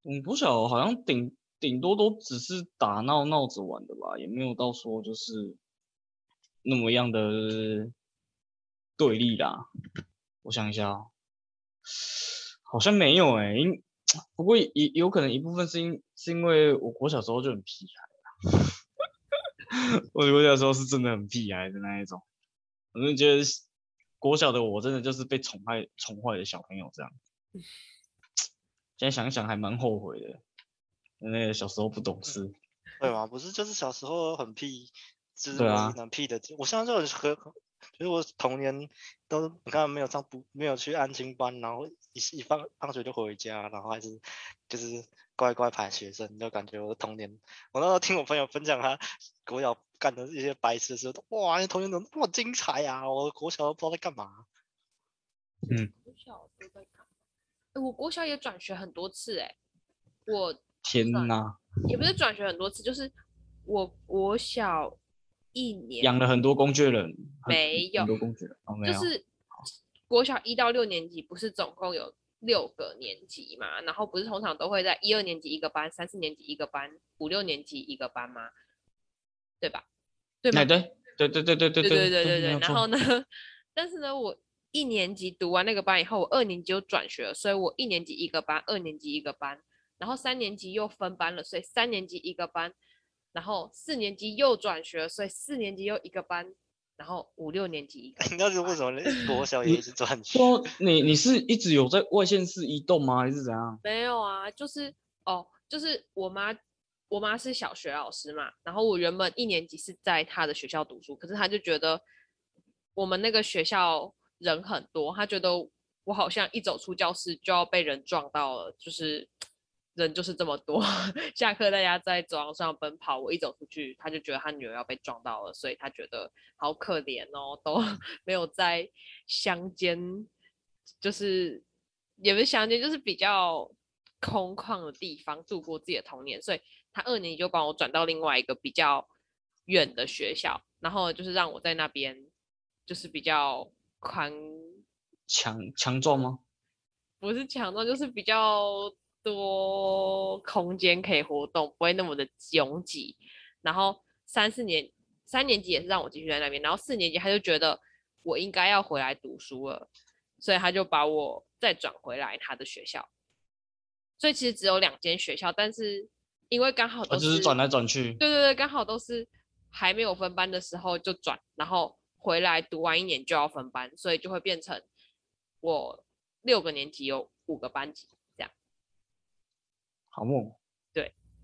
我们国小好像顶顶多都只是打闹闹着玩的吧，也没有到说就是那么样的对立啦。我想一下哦，好像没有哎、因不过也也有可能一部分是因是因为我国小时候就很啊屁孩啦， 我国小时候是真的很屁孩的那一种。我真的觉得是国小的我真的就是被宠坏宠坏的小朋友这样。现在想一想还蛮后悔的，那个小时候不懂事。
对吗？不是，就是小时候很屁，就是
对
我
啊
是很屁的。我现在就很和，就是我童年都你看没有上补，没有去安亲班，然后一一放放学就回家，然后还是就是乖乖牌学生，就感觉我的童年。我那时候听我朋友分享他国小干的一些白痴的事，哇，你童年怎么那么精彩啊？我国小都不知道在干嘛。。
国小都在干嘛？诶我国小也转学很多次哎、我
天
算
呐，
也不是转学很多次，就是我国小一年
养了很多工具人，很
没有
很多工具人哦，没
就
有，
是国小一到六年级，不是总共有六个年级嘛？然后不是通常都会在一二年级一个班，三四年级一个班，五六年级一个班吗？对吧？对吗
哎？对对对对对
对对
对
对对
对没有
对。然
错
后呢，但是呢，我一年级读完那个班以后，我二年级就转学了，所以我一年级一个班，二年级一个班，然后三年级又分班了，所以三年级一个班，然后四年级又转学了，所以四年级又一个班，然后五六年级一个
那是为什么 国小也一直转学？
说你你是一直有在外县市移动吗？还是怎样？
没有啊，就是哦，就是我妈，我妈是小学老师嘛，然后我原本一年级是在她的学校读书，可是她就觉得我们那个学校人很多，她觉得我好像一走出教室就要被人撞到了，就是人就是这么多， 下课大家在走廊上奔跑，我一走出去，她就觉得她女儿要被撞到了，所以她觉得好可怜哦，都没有在乡间，就是也不是乡间，就是比较空旷的地方度过自己的童年，所以他二年级就帮我转到另外一个比较远的学校，然后就是让我在那边就是比较宽，
强强壮吗？
不是强壮，就是比较多空间可以活动，不会那么的拥挤。然后三四年三年级也是让我继续在那边，然后四年级他就觉得我应该要回来读书了，所以他就把我再转回来他的学校。所以其实只有两间学校，但是因为刚好
啊，
都
就是转来转去。
对对对，刚好都是还没有分班的时候就转，然后回来读完一年就要分班，所以就会变成我六个年级有五个班级，
好哦梦，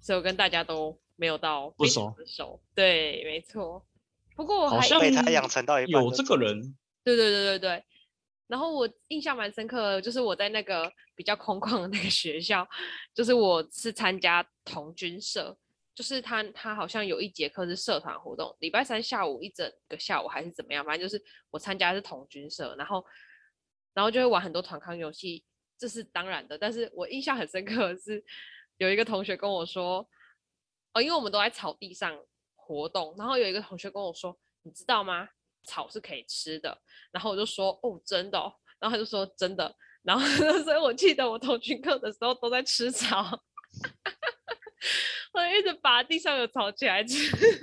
所以我跟大家都没有到
不
非常
熟
的熟。对，没错。不过我
好
还
像
被他养成到一半
有
就
这个人，
对对对对对。然后我印象蛮深刻的，就是我在那个比较空旷的那个学校，就是我是参加童军社，就是他他好像有一节课是社团活动，礼拜三下午一整个下午还是怎么样，反正就是我参加的是童军社，然后然后就会玩很多团康游戏，这是当然的。但是我印象很深刻的是，有一个同学跟我说，哦，因为我们都在草地上活动，然后有一个同学跟我说，你知道吗？草是可以吃的。然后我就说，哦，真的、哦。然后他就说，真的。然后 所以我记得我同群课的时候都在吃草，我一直拔地上有草起来吃。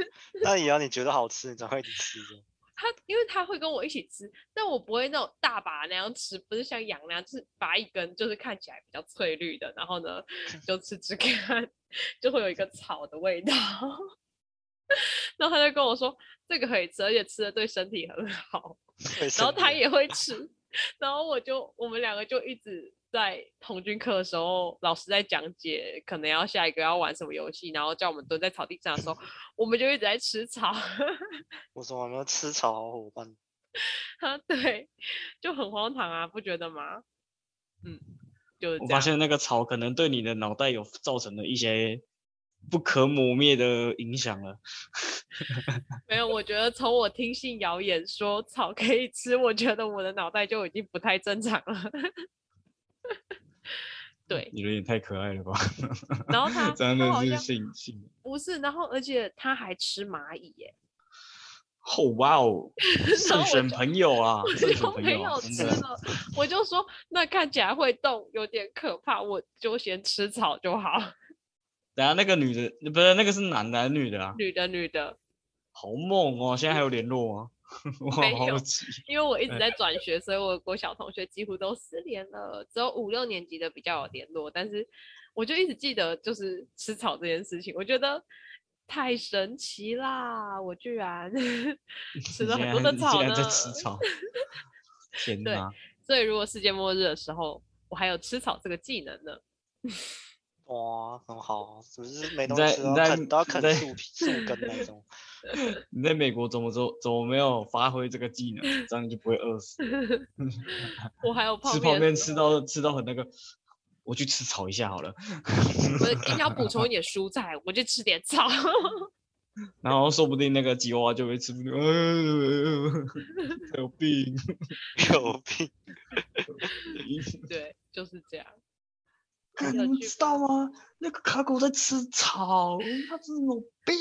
那也要你觉得好吃，你才会一直吃的。
他因为他会跟我一起吃，但我不会那种大把那样吃，不是像羊那样，就是拔一根，就是看起来比较翠绿的，然后呢就吃吃看，就会有一个草的味道。 然后他就跟我说，这个可以吃，而且吃的对身体很好。
卫
然后
生
他
棉
也会吃， 然后我就我们两个就一直在童军课的时候，老师在讲解可能要下一个要玩什么游戏，然后叫我们蹲在草地上的时候，我们就一直在吃草。
我说我们吃草好伙伴，
啊，对，就很荒唐啊，不觉得吗？嗯，就是
我
这
发
样。
现那个草可能对你的脑袋有造成了一些不可磨灭的影响了。
没有，我觉得从我听信谣言说草可以吃，我觉得我的脑袋就已经不太正常了。 对，
你有点太可爱了吧？
然后 他
真
他
的
好
是
像
性性。
不是，然后而且他还吃蚂蚁耶，
哦哇 哦，
然
圣
后我
神
就
朋友啊，
我
圣神
就
朋
没
友啊，
有
真
吃
的。
了，我就说那看起来会动，有点可怕，我就先吃草就好。
等下那个女的，不是那个是男的还是女的啊？
女的女的，
好猛哦！现在还有联络吗？ 我好
没有
好奇。
因为我一直
哎
在转学，所以我国小同学几乎都失联了，只有五六年级的比较有联络。但是我就一直记得就是吃草这件事情，我觉得太神奇啦！我居然 吃
你
了很
竟然
多的草
你
呢
竟然。在吃 草。天
对
哪！
所以如果世界末日的时候，我还有吃草这个技能呢。
哇，很好，啊只是没
你
东
在
西都
你
要
在
啃，都要
你
啃
在
树皮树根 那种。
你在美国怎么做？怎么没有发挥这个技能？这样你就不会饿死。
我还有泡
吃
面
泡
的
面
时
吃
候，
到吃到很那个，我去吃草一下好了。
我一定要补充一点蔬菜，我就吃点草。
然后说不定那个吉娃娃就会吃不了，呃有 病。
有病！
对，就是这样。
看
有
你们
趣
知道吗？那个卡狗在吃草，它真的有病。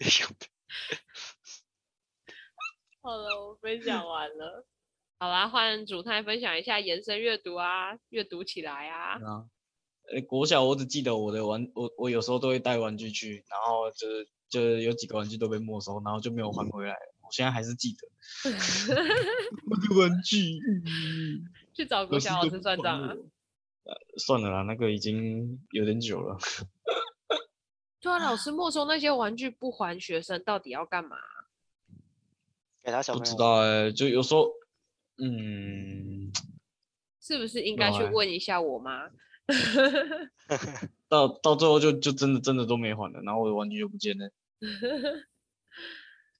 有病！
好了，我分享完了。好啦，换主太分享一下延伸阅读啊，阅读起来啊。
啊，呃，国小我只记得我的玩，我我有时候都会带玩具去，然后就是就是有几个玩具都被没收，然后就没有还回来了。我现在还是记得 我的玩具。嗯
去找国小老
都
师
不
算
管
账啊
我。呃，算了啦，那个已经有点久了。
对啊，老师没收那些玩具不还学生，到底要干嘛？
给他小
不
朋
知
友
道哎、就有时候，嗯，
是不是应
没
该
有
去
欸
问一下我妈？
到到最后就就真的真的都没还了，然后我的玩具就不见了。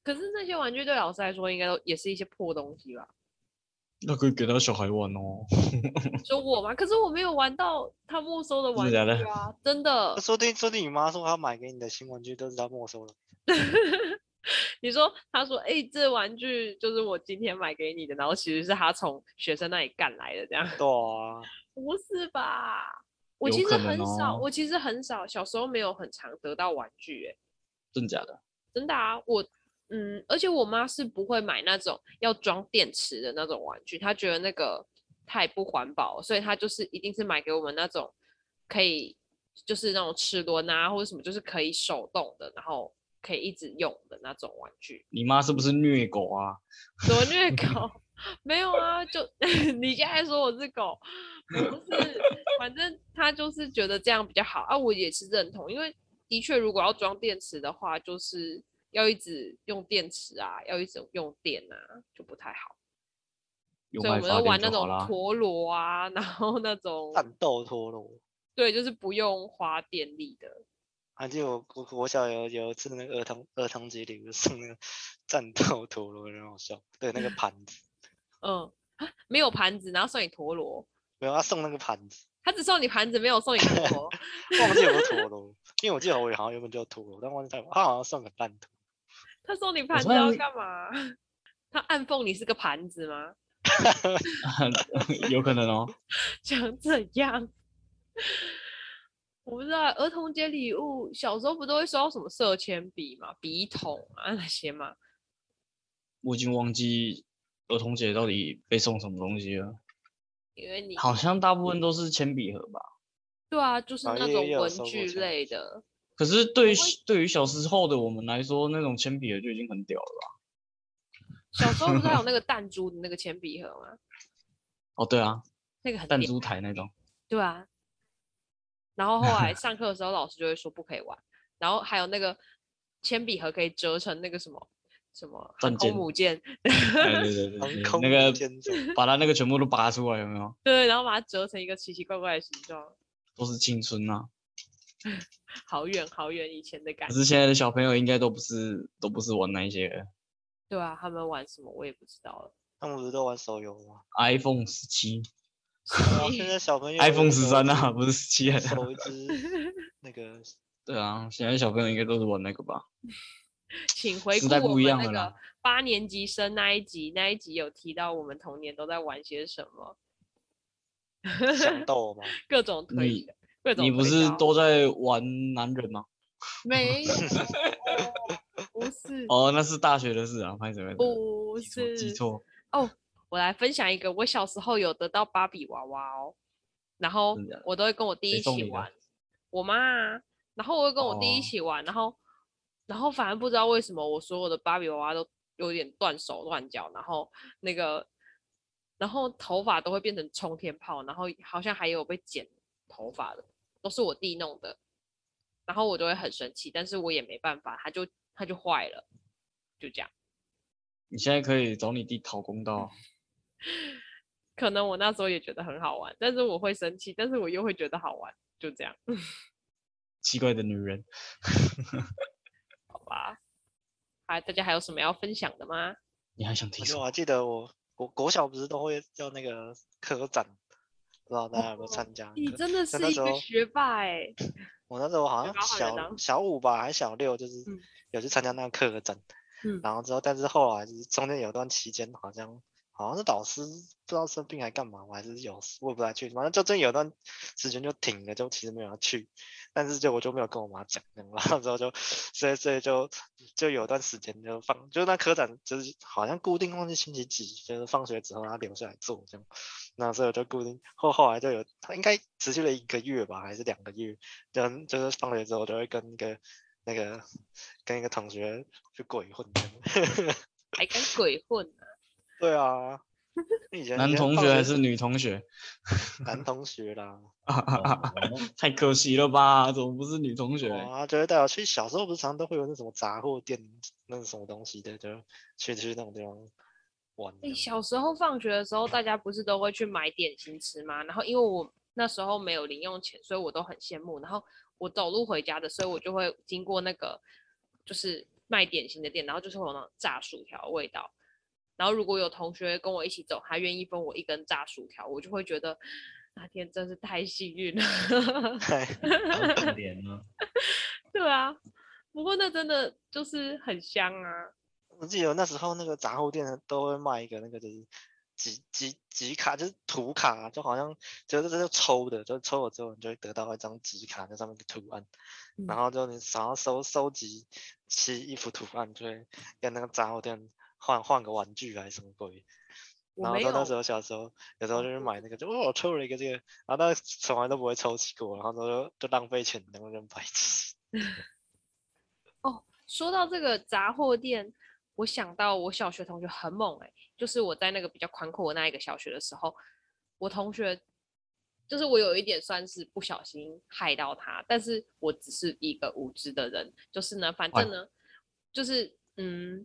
可是那些玩具对老师来说，应该都也是一些破东西吧？
那可以给到小孩玩哦。
说我吗？可是我没有玩到他没收的玩
真
具
的假的
啊，真的
那。说不定说不定你妈说她买给你的新玩具都是她没收了，
你说，他说，哎、这玩具就是我今天买给你的，然后其实是他从学生那里干来的，这样。
对啊，
不是吧？我
有
其实
可能
很少，
哦
我其实很少，小时候没有很常得到玩具、欸，
真假的？
真的啊，我嗯，而且我妈是不会买那种要装电池的那种玩具，她觉得那个太不环保了，所以她就是一定是买给我们那种可以就是那种齿轮啊或者什么，就是可以手动的，然后可以一直用的那种玩具。
你妈是不是虐狗啊？
怎么虐狗？没有啊，就 你现在说我是狗，我不是，反正他就是觉得这样比较好啊，我也是认同，因为的确如果要装电池的话，就是要一直用电池啊，要一直用电啊，就不太好。
有
所以我
买
们都
发
玩
电
那
就好
种
啦。
陀螺啊， 然后那种
战斗陀螺。
对，就是不用花电力的。
还记得我我我小有有一次那个儿童儿童节礼物送那个战斗陀螺，很好笑。对，那个盘子，
嗯，啊没有盘子，然后送你陀螺，
没有他送那个盘子，
他只送你盘子，没有送你陀螺。
忘记有个陀螺，因为我记得我好像原本就有陀螺，但忘记他他好像送个烂陀。
他送你盘子
突然
要
有一
干嘛？他暗讽你是个盘子吗？
有可能哦。
想怎样？我不知道儿童节礼物，小时候不都会收到什么色铅笔嘛、笔筒啊 那些嘛？
我已经忘记儿童节到底被送什么东西了，
因为你
好像大部分都是铅笔盒吧。
对啊，就是
啊
那
也也
种
有
文
收过
具
铅
类
笔
的。
可是对于
我
对于小时候的我们来说，那种铅笔盒就已经很屌了吧？
小时候不是还 有那个弹珠的那个铅笔盒吗？
哦，对啊，
那个很
弹
屌
珠台那种，
对啊。然后后来上课的时候，老师就会说不可以玩。然后还有那个铅笔盒可以折成那个什么什么航
战
空
舰
母舰，
哎对对对对，
航空
那个
母舰这种
把它那个全部都拔出来，有没有？
对，然后把它折成一个奇奇怪怪的形状，
都是青春啊！
好远好远以前的感
可
觉。
是现在的小朋友应该都不是都不是玩那一些了
对啊，他们玩什么我也不知道了。
他们不是都玩手游吗？
iPhone 十七、
对啊 现在小朋友
iPhone
有
十
手
三啊，
机
不是十七啊。
手一只那个
对啊，现在小朋友应该都是玩那个吧？
请回
时
顾
代
我
不一
们
样
那
了啦
个八年级生那一集，那一集有提到我们童年都在玩些什么，
响豆吗？
各种推
你
的，各种
你不
推
是
敲
都在玩男人吗？
没 有？不是，
哦，那是大学的事啊，拍什么？
不
记错
是，
记错，
哦，我来分享一个，我小时候有得到芭比娃娃哦，然后
真的假的
我都会跟我弟
谁
一
送
起
你的
玩，我妈啊，然后我会跟我弟一
哦
起玩，然后然后反正不知道为什么我所有的芭比娃娃都有点断手断脚，然后那个然后头发都会变成冲天炮，然后好像还有被剪头发的，都是我弟弄的，然后我就会很生气，但是我也没办法，他就他就坏了，就这样。
你现在可以找你弟讨公道啊。
可能我那时候也觉得很好玩，但是我会生气，但是我又会觉得好玩，就这样，
奇怪的女人，
好吧？还大家还有什么要分享的吗？
你还想听
我
什
就
么？
我啊还记得我国国小不是都会叫那个科展，不知道大家有没有
哦
参加？
你
可
真的是
嗯那
一
时
个
候
学霸哎、
我那时候好
有
像
搞好人
小
啊
小五吧，还小六，就是
嗯
有去参加那个课展，
嗯
然后之后，但是后来就是中间有段期间，好像好像是老师不知道生病还干嘛，我还是有事我也不太确定，反正就真有段时间就停了，就其实没有要去，但是就我就没有跟我妈讲，这样然后之后就所以所以就就有段时间就放，就是那科展就是好像固定忘记星期几，就是放学之后他留下来做这样，那所以我就固定后后来就有，他应该持续了一个月吧，还是两个月，就就是放学之后就会跟一个那个跟一个同学去鬼混这样。
还敢鬼混啊、
对啊，以前
男
以前
同
放
学还是女同学？
男同学啦？
太可惜了吧？怎么不是女同学？
哦，他就会带我去。小时候不是常都会有那什么杂货店，那什么东西的，就去去那种地方玩这
哎、
样。
小时候放学的时候，大家不是都会去买点心吃吗？然后因为我那时候没有零用钱，所以我都很羡慕。然后我走路回家的，所以我就会经过那个就是卖点心的店，然后就是会有那种炸薯条的味道。然后如果有同学跟我一起走，他愿意分我一根炸薯条，我就会觉得那天真是太幸运了。
好可怜 啊！
对啊，不过那真的就是很香啊。
我记得那时候那个杂货店呢都会卖一个那个就是集集集卡，就是图卡，就好像就是这是抽的，就抽了之后你就会得到一张集卡，那上面的图案，
嗯
然后就你想要收收集其一幅图案，就会跟那个杂货店换换个玩具还是什么鬼。
我
然后
没
到
有，
那时候小时候，有时候就是买那个，就哦我抽了一个这个，然后但是从来都不会抽起过，然后就就浪费钱，然后就白痴。
说到这个杂货店，我想到我小学同学很猛哎、就是我在那个比较宽阔的那一个小学的时候，我同学就是我有一点算是不小心害到他，但是我只是一个无知的人，就是呢，反
坏
正呢，就是嗯，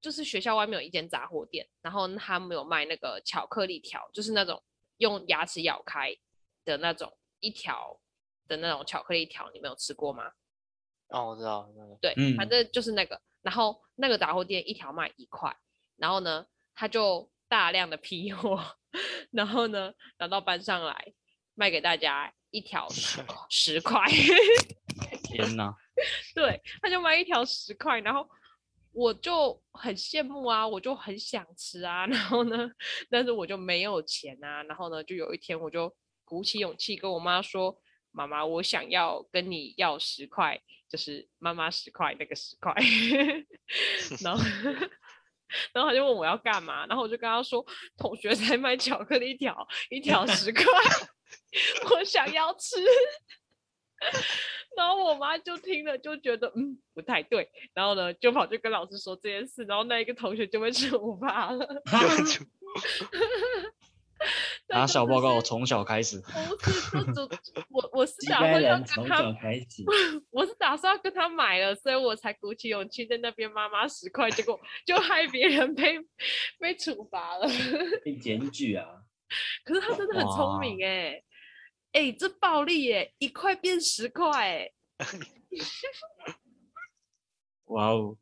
就是学校外面有一间杂货店，然后他们有卖那个巧克力条，就是那种用牙齿咬开的那种一条的那种巧克力条，你们有吃过吗？
哦，我知道那 个，
对，反
嗯
正就是那个。然后那个杂货店一条卖一块，然后呢，他就大量的批货，然后呢拿到班上来卖给大家一条十块十块，
天哪！
对，他就卖一条十块，然后我就很羡慕啊，我就很想吃啊， 然后呢，但是我就没有钱啊，然后呢，就有一天我就鼓起勇气跟我妈说：“妈妈，我想要跟你要十块，就是妈妈十块那个十块。” 然后，然后他就问我要干嘛，然后我就跟他说：“同学才买巧克力条，一条十块， 我想要吃。”然后我妈就听了就觉得嗯不太对，然后呢就跑去跟老师说这件事，然后那一个同学就被处罚了。
就
那
打
就
小
只
报告，
是
我从小开始。
不是不主，我我是
鸡
打
该
算要
人
跟
从
他
小，开始，
我是打算要跟他买了，所以我才鼓起勇气在那边妈妈十块，结 果就害别人被被处罚了。
被检 举啊，
可是他真的很聪明哎、欸，哎、这暴利哎、一块变十块哎、
哇哦，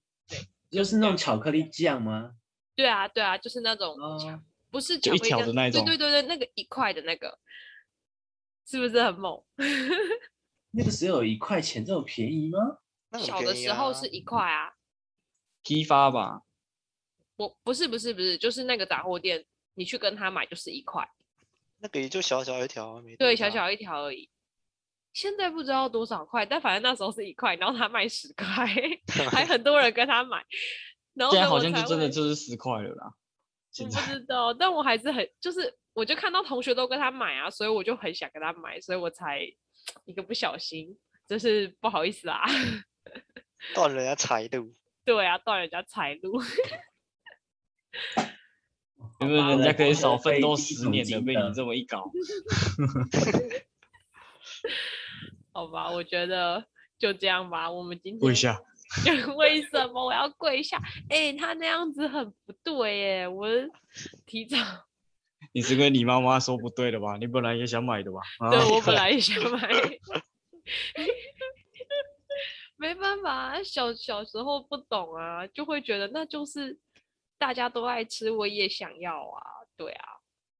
就是那种巧克力酱吗？
对啊对啊，就是那种巧
哦，
不是巧
就一
克力
条
酱
的那一种
对对对对，那个一块的那个，是不是很猛？
那个时候有一块钱这么便宜吗？
那很
小的
便宜
时候
啊
是一块啊，
批发吧，
我不是不是不是，就是那个杂货店，你去跟他买就是一块，
那个也就小小一条啊，没
对，
多
小
大
小一条而已。现在不知道多少块，但反正那时候是一块，然后他卖十块， 还很多人跟他买。然后
现在
呢
好
我
像就
才
真的
会
就是十块了啦。
我
现
不
在
知道，但我还是很，就是我就看到同学都跟他买啊，所以我就很想跟他买，所以我才一个不小心，真是不好意思啊。
断人家财路。
对啊，断人家财路。
因为人家可以少奋斗
被一
十
桶
年的，
金
被
的
你这么一搞，
好吧，我觉得就这样吧。我们今天
跪下。
为什么我要跪下？哎、他那样子很不对耶！我提早，
你是跟你妈妈说不对的吧？你本来也想买的吧？啊
对，我本来也 想买，没办法，啊小小时候不懂啊，就会觉得那就是大家都爱吃，我也想要啊，对啊。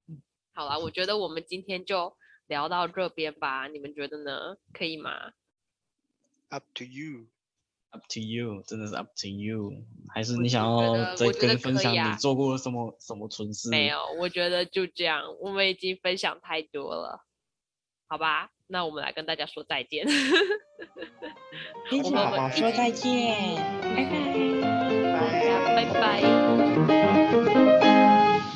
嗯
好啦，我觉得我们今天就聊到这边吧，你们觉得呢？可以吗？
Up to you，
，up to you，真的是 up to you。还是
我
你
是
想
觉
要
得
再
我觉得
跟分
可以
享
啊
你做过什么什么蠢事？
没有，我觉得就这样，我们已经分享太多了，好吧？那我们来跟大家说再见。
跟着宝宝说再见，拜拜。
拜
拜拜。